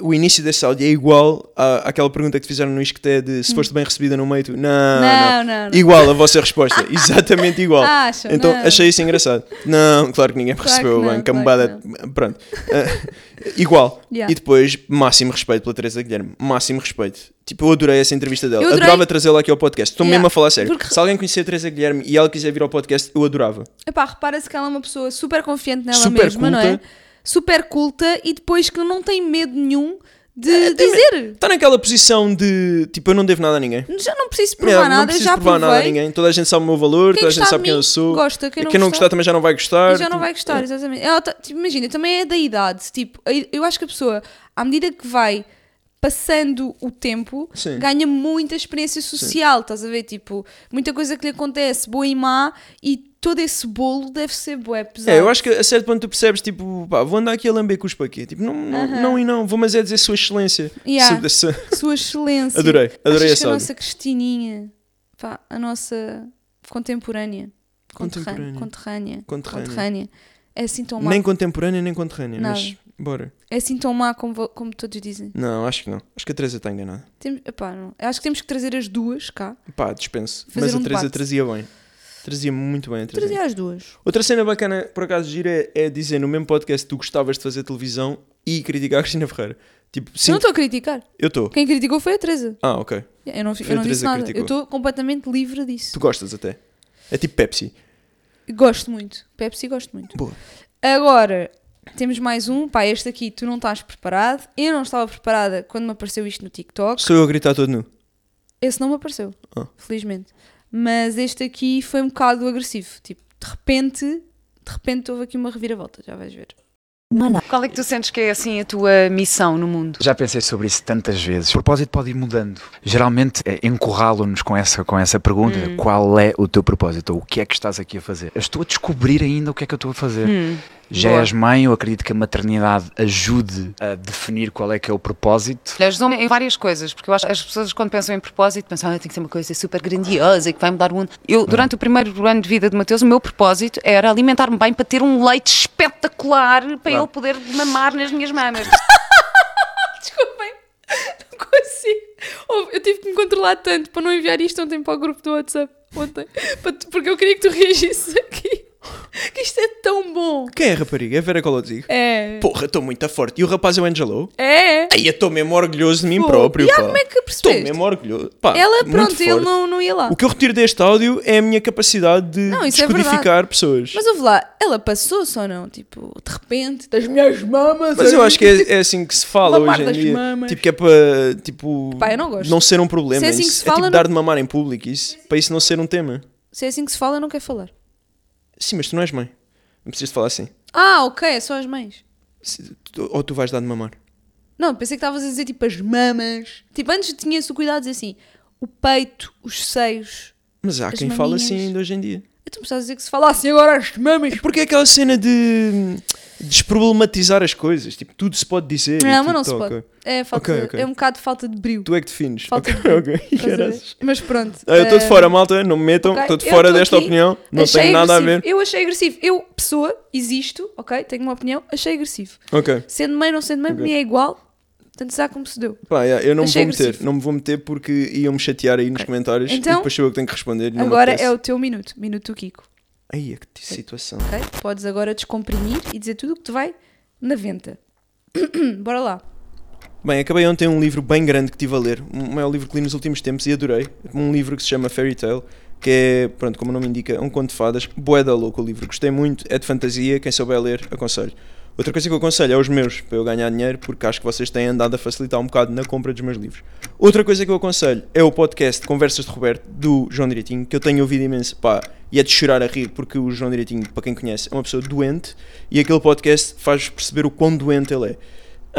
[SPEAKER 2] o início desse áudio é igual à, àquela pergunta que te fizeram no Isqueté de se foste bem recebida no meio. Tu, não,
[SPEAKER 1] Não,
[SPEAKER 2] não,
[SPEAKER 1] não, não.
[SPEAKER 2] Igual a vossa resposta. Exatamente igual.
[SPEAKER 1] Acham?
[SPEAKER 2] então
[SPEAKER 1] Não.
[SPEAKER 2] achei isso engraçado. Não, claro que ninguém me
[SPEAKER 1] Claro que
[SPEAKER 2] recebeu
[SPEAKER 1] não,
[SPEAKER 2] bem.
[SPEAKER 1] claro
[SPEAKER 2] Cambada. Pronto. Ah, igual.
[SPEAKER 1] Yeah.
[SPEAKER 2] E depois, máximo respeito pela Teresa Guilherme. Máximo respeito. Tipo, eu adorei essa entrevista dela.
[SPEAKER 1] Eu adorei-
[SPEAKER 2] Adorava trazê-la aqui ao podcast. Estou
[SPEAKER 1] Yeah.
[SPEAKER 2] mesmo a falar sério.
[SPEAKER 1] Porque-
[SPEAKER 2] Se alguém conhecer a Teresa Guilherme e ela quiser vir ao podcast, eu adorava.
[SPEAKER 1] Epá, repara-se que ela é uma pessoa super confiante nela
[SPEAKER 2] Super
[SPEAKER 1] mesma, não é?
[SPEAKER 2] culta.
[SPEAKER 1] Super culta e depois que não tem medo nenhum
[SPEAKER 2] É,
[SPEAKER 1] de dizer.
[SPEAKER 2] Está naquela posição de tipo, eu não devo nada a ninguém.
[SPEAKER 1] Já não preciso provar
[SPEAKER 2] É, não
[SPEAKER 1] nada, eu
[SPEAKER 2] preciso
[SPEAKER 1] já
[SPEAKER 2] provar
[SPEAKER 1] provei.
[SPEAKER 2] nada a ninguém. Toda a gente sabe o meu valor,
[SPEAKER 1] Quem
[SPEAKER 2] toda a gente
[SPEAKER 1] gostar
[SPEAKER 2] sabe
[SPEAKER 1] de
[SPEAKER 2] quem
[SPEAKER 1] mim,
[SPEAKER 2] eu sou.
[SPEAKER 1] gosta. Quem não gostar-
[SPEAKER 2] gostar também já não vai gostar.
[SPEAKER 1] E já não
[SPEAKER 2] Tipo,
[SPEAKER 1] vai gostar, exatamente. Ela tá- tipo, imagina, também é da idade. Tipo, eu- eu acho que a pessoa, à medida que vai passando o tempo,
[SPEAKER 2] Sim.
[SPEAKER 1] ganha muita experiência social, estás a ver? Tipo, muita coisa que lhe acontece, boa e má, e todo esse bolo deve ser bué pesado.
[SPEAKER 2] É, eu acho que a certo ponto tu percebes, tipo, pá, vou andar aqui a lamber cuspa aqui. Tipo, não, não, não e não, vou mas é dizer Sua Excelência.
[SPEAKER 1] Yeah.
[SPEAKER 2] Se- se-
[SPEAKER 1] Sua Excelência.
[SPEAKER 2] Adorei,
[SPEAKER 1] Achas
[SPEAKER 2] adorei essa
[SPEAKER 1] que a
[SPEAKER 2] áudio.
[SPEAKER 1] nossa Cristininha, pá, a nossa contemporânea, conterrânea,
[SPEAKER 2] Contemporânea.
[SPEAKER 1] conterrânea,
[SPEAKER 2] Conterrânea.
[SPEAKER 1] conterrânea, é assim tão má,
[SPEAKER 2] Nem contemporânea, nem conterrânea,
[SPEAKER 1] Nada.
[SPEAKER 2] mas bora.
[SPEAKER 1] é assim tão má como, vo- como todos dizem.
[SPEAKER 2] Não, acho que não. Acho que a Teresa está enganada.
[SPEAKER 1] Tem, epá, não. Acho que temos que trazer as duas cá.
[SPEAKER 2] Pá, dispenso.
[SPEAKER 1] Fazer
[SPEAKER 2] mas
[SPEAKER 1] um
[SPEAKER 2] a Teresa
[SPEAKER 1] debate.
[SPEAKER 2] trazia bem. Trazia muito bem a Teresa.
[SPEAKER 1] Trazia as duas.
[SPEAKER 2] Outra cena bacana, por acaso, gira é, é dizer no mesmo podcast que tu gostavas de fazer televisão e criticar a Cristina Ferreira. Tipo,
[SPEAKER 1] Eu
[SPEAKER 2] sim,
[SPEAKER 1] não estou a criticar.
[SPEAKER 2] eu estou.
[SPEAKER 1] Quem criticou foi a Teresa.
[SPEAKER 2] Ah, ok.
[SPEAKER 1] Eu não, fi-
[SPEAKER 2] Foi
[SPEAKER 1] eu
[SPEAKER 2] a
[SPEAKER 1] não disse
[SPEAKER 2] Teresa que
[SPEAKER 1] nada.
[SPEAKER 2] criticou.
[SPEAKER 1] Eu estou completamente livre disso.
[SPEAKER 2] Tu gostas até. É tipo Pepsi.
[SPEAKER 1] Gosto muito. Pepsi, gosto muito.
[SPEAKER 2] Boa.
[SPEAKER 1] Agora, temos mais um. Pá, este aqui tu não estás preparado. Eu não estava preparada quando me apareceu isto no TikTok.
[SPEAKER 2] Sou eu a gritar todo nu.
[SPEAKER 1] Esse não me apareceu,
[SPEAKER 2] Ah.
[SPEAKER 1] felizmente. Mas este aqui foi um bocado agressivo. Tipo, de repente, de repente houve aqui uma reviravolta. Já vais ver.
[SPEAKER 6] Qual é que tu sentes que é assim a tua missão no mundo?
[SPEAKER 7] Já pensei sobre isso tantas vezes. O propósito pode ir mudando. Geralmente é, encurralam-nos com essa, com essa pergunta: qual é o teu propósito? Ou o que é que estás aqui a fazer? Eu estou a descobrir ainda o que é que eu estou a fazer. Já
[SPEAKER 6] Hum. boa.
[SPEAKER 7] és mãe, eu acredito que a maternidade ajude a definir qual é que é o propósito.
[SPEAKER 6] Olha, Ajudou-me em várias coisas, porque eu acho que as pessoas quando pensam em propósito pensam, ah, tem que ser uma coisa super grandiosa e que vai mudar o mundo. Eu, durante o primeiro ano de vida de Mateus, o meu propósito era alimentar-me bem para ter um leite espetacular para ele poder mamar nas minhas mamas.
[SPEAKER 1] Desculpem, não consigo. Houve- Eu tive que me controlar tanto para não enviar isto ontem para o grupo do WhatsApp. Ontem. Para tu- Porque eu queria que tu reagisses aqui. Que isto é tão bom.
[SPEAKER 2] Quem é a rapariga? É a Vera Colodzigo.
[SPEAKER 1] É.
[SPEAKER 2] Porra, estou muito forte. E o rapaz é o Angelo?
[SPEAKER 1] É.
[SPEAKER 2] Aí eu estou mesmo orgulhoso de mim
[SPEAKER 1] Pô,
[SPEAKER 2] próprio.
[SPEAKER 1] e há
[SPEAKER 2] pá.
[SPEAKER 1] como é que
[SPEAKER 2] Estou
[SPEAKER 1] percebeste?
[SPEAKER 2] mesmo orgulhoso. Pá,
[SPEAKER 1] Ela,
[SPEAKER 2] muito
[SPEAKER 1] pronto, ele
[SPEAKER 2] forte.
[SPEAKER 1] não, não ia lá.
[SPEAKER 2] O que eu retiro deste áudio é a minha capacidade de
[SPEAKER 1] Não, isso é
[SPEAKER 2] descodificar pessoas.
[SPEAKER 1] Mas ouve lá, ela passou-se ou não? Tipo, de repente, das minhas mamas.
[SPEAKER 2] Mas eu acho que é, é assim que se fala
[SPEAKER 1] Mamar
[SPEAKER 2] hoje em
[SPEAKER 1] das
[SPEAKER 2] dia.
[SPEAKER 1] mamas.
[SPEAKER 2] Tipo, que é para tipo,
[SPEAKER 1] Pá, eu não gosto.
[SPEAKER 2] ser um problema.
[SPEAKER 1] Se é assim que
[SPEAKER 2] isso.
[SPEAKER 1] se
[SPEAKER 2] é tipo
[SPEAKER 1] fala,
[SPEAKER 2] dar de mamar em público, isso, para isso não ser um tema.
[SPEAKER 1] Se é assim que se fala, eu não quero falar.
[SPEAKER 2] Sim, mas tu não és mãe. Não precisas de falar assim.
[SPEAKER 1] Ah, ok, é só as mães.
[SPEAKER 2] Se- tu- ou tu vais dar de mamar.
[SPEAKER 1] Não, pensei que estavas a dizer tipo as mamas. Tipo, antes tinha-se o cuidado de dizer assim: o peito, os seios.
[SPEAKER 2] Mas há
[SPEAKER 1] As
[SPEAKER 2] quem fala
[SPEAKER 1] maminhas.
[SPEAKER 2] assim ainda hoje em dia.
[SPEAKER 1] Eu estou a dizer que se falassem agora as mamas.
[SPEAKER 2] Porque é aquela cena de desproblematizar as coisas. Tipo, tudo se pode dizer. e
[SPEAKER 1] Não,
[SPEAKER 2] tudo
[SPEAKER 1] mas não se
[SPEAKER 2] tal,
[SPEAKER 1] pode.
[SPEAKER 2] ok.
[SPEAKER 1] É, falta,
[SPEAKER 2] Ok, ok.
[SPEAKER 1] é um bocado de falta de brilho.
[SPEAKER 2] Tu é que defines.
[SPEAKER 1] Falta de
[SPEAKER 2] Ok,
[SPEAKER 1] brilho.
[SPEAKER 2] ok.
[SPEAKER 1] Estás a ver?
[SPEAKER 2] Caraças.
[SPEAKER 1] Mas pronto.
[SPEAKER 2] Ah, eu estou de
[SPEAKER 1] eh,
[SPEAKER 2] fora, malta, não me metam,
[SPEAKER 1] Ok,
[SPEAKER 2] estou de
[SPEAKER 1] eu
[SPEAKER 2] fora
[SPEAKER 1] tô
[SPEAKER 2] desta
[SPEAKER 1] aqui,
[SPEAKER 2] opinião, não
[SPEAKER 1] achei
[SPEAKER 2] tenho nada a
[SPEAKER 1] agressivo.
[SPEAKER 2] ver.
[SPEAKER 1] Eu achei agressivo. Eu, pessoa, existo, ok? Tenho uma opinião, achei agressivo.
[SPEAKER 2] Ok,
[SPEAKER 1] Sendo mãe, não sendo mãe, para mim é igual. Tanto se dá como se deu.
[SPEAKER 2] pá, yeah, eu não me
[SPEAKER 1] Achei
[SPEAKER 2] vou meter,
[SPEAKER 1] agressivo.
[SPEAKER 2] não me vou meter porque iam-me chatear aí nos comentários e
[SPEAKER 1] Então,
[SPEAKER 2] depois sou eu que tenho que responder. Não
[SPEAKER 1] agora
[SPEAKER 2] me
[SPEAKER 1] é o teu minuto, minuto Kiko,
[SPEAKER 2] Aí, que situação.
[SPEAKER 1] ok? Podes agora descomprimir e dizer tudo o que te vai na venta. Bora lá.
[SPEAKER 2] Bem, acabei ontem um livro bem grande que estive a ler, um maior livro que li nos últimos tempos e adorei. Um livro que se chama Fairy Tale, que é, pronto, como o nome indica, é um conto de fadas. Boeda louco o livro, gostei muito, é de fantasia, quem souber ler, aconselho. Outra coisa que eu aconselho é os meus, para eu ganhar dinheiro, porque acho que vocês têm andado a facilitar um bocado na compra dos meus livros. Outra coisa que eu aconselho é o podcast Conversas de Roberto, do João Direitinho, que eu tenho ouvido imenso, pá, e é de chorar a rir, porque o João Direitinho, para quem conhece, é uma pessoa doente, e aquele podcast faz perceber o quão doente ele é.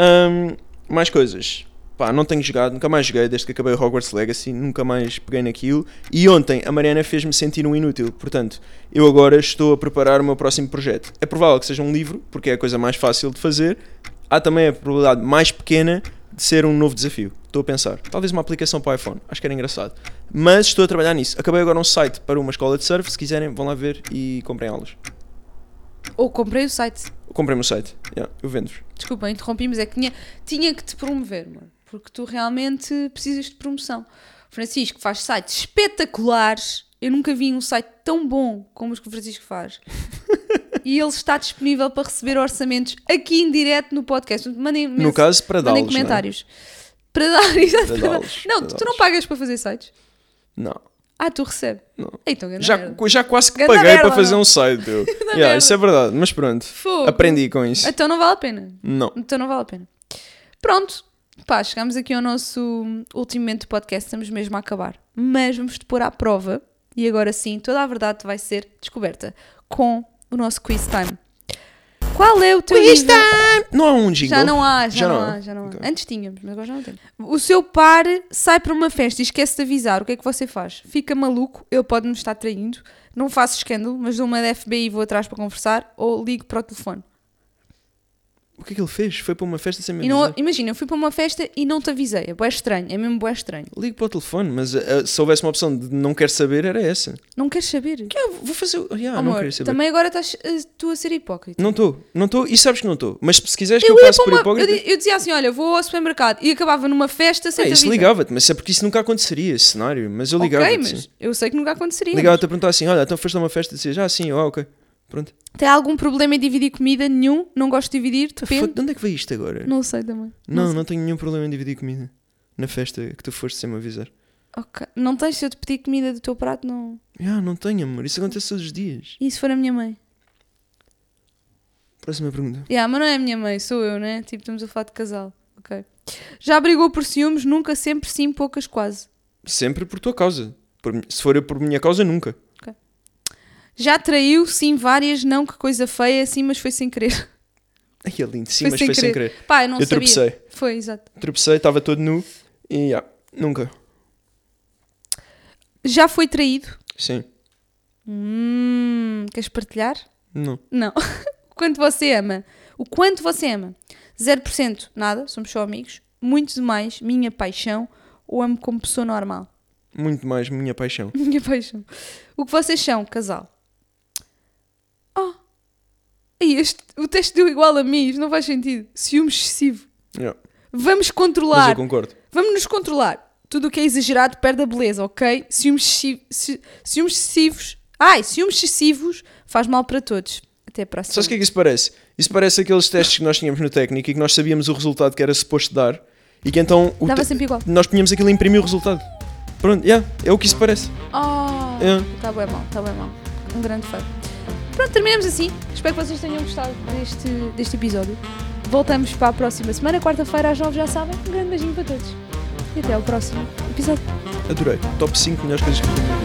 [SPEAKER 2] Ahm, mais coisas. Pá, não tenho jogado, nunca mais joguei desde que acabei o Hogwarts Legacy, nunca mais peguei naquilo. E ontem a Mariana fez-me sentir um inútil, portanto, eu agora estou a preparar o meu próximo projeto. É provável que seja um livro, porque é a coisa mais fácil de fazer. Há também a probabilidade mais pequena de ser um novo desafio. Estou a pensar. Talvez uma aplicação para o iPhone, acho que era engraçado. Mas estou a trabalhar nisso. Acabei agora um site para uma escola de surf, se quiserem vão lá ver e comprem aulas.
[SPEAKER 1] Ou comprei o site.
[SPEAKER 2] Comprei-me o site, yeah, eu vendo-vos.
[SPEAKER 1] Desculpa, interrompimos. É que tinha, tinha que te promover, mano. Porque tu realmente precisas de promoção. Francisco faz sites espetaculares. Eu nunca vi um site tão bom como os que o Francisco faz. e ele está disponível para receber orçamentos aqui em direto no podcast. Portanto, Mandem,
[SPEAKER 2] No
[SPEAKER 1] mens-
[SPEAKER 2] caso, para
[SPEAKER 1] mandem
[SPEAKER 2] dar
[SPEAKER 1] comentários. Para dar, exato,
[SPEAKER 2] Para
[SPEAKER 1] para dar-
[SPEAKER 2] dá-los,
[SPEAKER 1] Não,
[SPEAKER 2] para
[SPEAKER 1] tu, tu
[SPEAKER 2] dá-los.
[SPEAKER 1] não pagas para fazer sites.
[SPEAKER 2] Não.
[SPEAKER 1] Ah, tu recebes.
[SPEAKER 2] Não.
[SPEAKER 1] Então, grande
[SPEAKER 2] já,
[SPEAKER 1] merda.
[SPEAKER 2] já quase que
[SPEAKER 1] Ganda
[SPEAKER 2] paguei
[SPEAKER 1] merda,
[SPEAKER 2] para fazer
[SPEAKER 1] não?
[SPEAKER 2] um site. Eu. Yeah,
[SPEAKER 1] merda.
[SPEAKER 2] isso é verdade, mas pronto.
[SPEAKER 1] Fogo.
[SPEAKER 2] Aprendi com isso.
[SPEAKER 1] Então não vale a pena.
[SPEAKER 2] Não.
[SPEAKER 1] Então não vale a pena. Pronto, pá, chegamos aqui ao nosso último momento do podcast, estamos mesmo a acabar. Mas vamos-te pôr à prova e agora sim toda a verdade vai ser descoberta com o nosso quiz time. Qual é o teu nível?
[SPEAKER 2] Não há um jingle.
[SPEAKER 1] Já não há, já, não, há, já não há. Antes tínhamos, mas agora já não temos. O seu par sai para uma festa e esquece de avisar. O que é que você faz? Fica maluco, ele pode nos estar traindo. Não faço escândalo, mas dou uma de FBI e vou atrás para conversar ou ligo para o telefone.
[SPEAKER 2] O que é que ele fez? Foi para uma festa sem me
[SPEAKER 1] E não,
[SPEAKER 2] avisar.
[SPEAKER 1] imagina, eu fui para uma festa e não te avisei. É bué estranho, é mesmo bué estranho.
[SPEAKER 2] Ligo para o telefone, mas eh, se houvesse uma opção de não quer saber, era essa.
[SPEAKER 1] Não queres saber?
[SPEAKER 2] Eu vou fazer. o- Yeah, Ah, não
[SPEAKER 1] Amor,
[SPEAKER 2] quero saber.
[SPEAKER 1] também agora estás eh, tu a ser hipócrita.
[SPEAKER 2] Não estou, não estou, e sabes que não estou. Mas se quiseres que eu,
[SPEAKER 1] Eu, ia para
[SPEAKER 2] passe por
[SPEAKER 1] uma, eu,
[SPEAKER 2] hipócrita.
[SPEAKER 1] di- eu dizia assim, olha, vou ao supermercado e acabava numa festa sem
[SPEAKER 2] Ah,
[SPEAKER 1] te
[SPEAKER 2] isso
[SPEAKER 1] avisar.
[SPEAKER 2] ligava-te, mas é porque isso nunca aconteceria, esse cenário. Mas eu ligava-te.
[SPEAKER 1] Ok,
[SPEAKER 2] sim.
[SPEAKER 1] mas eu sei que nunca aconteceria.
[SPEAKER 2] Ligava-te a perguntar assim: olha, então foste a uma festa e dizias, ah, sim, ah, ok. Pronto.
[SPEAKER 1] Tem algum problema em dividir comida? Nenhum. Não gosto de dividir,
[SPEAKER 2] Foda-
[SPEAKER 1] depende.
[SPEAKER 2] De onde é que veio isto agora?
[SPEAKER 1] Não sei também.
[SPEAKER 2] Não,
[SPEAKER 1] sei.
[SPEAKER 2] não tenho nenhum problema em dividir comida na festa que tu foste sem me avisar.
[SPEAKER 1] Ok. Não tens, se eu te pedir comida do teu prato, não.
[SPEAKER 2] Ah, não tenho, amor. Isso acontece todos os dias.
[SPEAKER 1] E se for a minha mãe?
[SPEAKER 2] Próxima pergunta.
[SPEAKER 1] Yeah, mas não é a minha mãe, sou eu, né? Tipo, estamos a falar de casal. Ok. Já brigou por ciúmes? Nunca, sempre, sim, poucas, quase.
[SPEAKER 2] Sempre por tua causa. Por mi- se for eu por minha causa, nunca.
[SPEAKER 1] Já traiu, sim, várias, não, que coisa feia, sim, mas foi sem querer.
[SPEAKER 2] Ai, é lindo. Sim, mas foi sem querer.
[SPEAKER 1] Pá, eu não
[SPEAKER 2] Eu
[SPEAKER 1] sabia.
[SPEAKER 2] tropecei.
[SPEAKER 1] Foi, exato.
[SPEAKER 2] Tropecei, estava todo nu e ah, nunca.
[SPEAKER 1] Já foi traído?
[SPEAKER 2] Sim.
[SPEAKER 1] Hum, queres partilhar?
[SPEAKER 2] Não.
[SPEAKER 1] Não. o quanto você ama? O quanto você ama? 0%, nada, somos só amigos. Muito demais, minha paixão. Ou amo como pessoa normal?
[SPEAKER 2] Muito mais minha paixão.
[SPEAKER 1] Minha paixão. O que vocês são, casal? Oh! E este, o texto deu igual a mim, isto não faz sentido. Ciúme excessivo.
[SPEAKER 2] Yeah.
[SPEAKER 1] Vamos
[SPEAKER 2] Mas eu
[SPEAKER 1] controlar.
[SPEAKER 2] concordo.
[SPEAKER 1] Vamos nos controlar. Tudo o que é exagerado perde a beleza, ok? Ciúmes, exci- ci- ciúmes excessivos Ai, ciúmes excessivos faz mal para todos. Até para a
[SPEAKER 2] Sabes o que é que isso parece? Isso parece aqueles testes que nós tínhamos no técnico e que nós sabíamos o resultado que era suposto dar e que então o
[SPEAKER 1] Dava
[SPEAKER 2] te-
[SPEAKER 1] sempre igual.
[SPEAKER 2] nós tínhamos aquilo a imprimir o resultado. Pronto, yeah, é o que isso parece.
[SPEAKER 1] Oh,
[SPEAKER 2] É.
[SPEAKER 1] tá bem mal, tá bem mal. Um grande fã. Pronto, terminamos assim. Espero que vocês tenham gostado deste, deste episódio. Voltamos para a próxima semana, quarta-feira às nove já sabem. Um grande beijinho para todos. E até ao próximo episódio.
[SPEAKER 2] Adorei. Top 5 melhores coisas que eu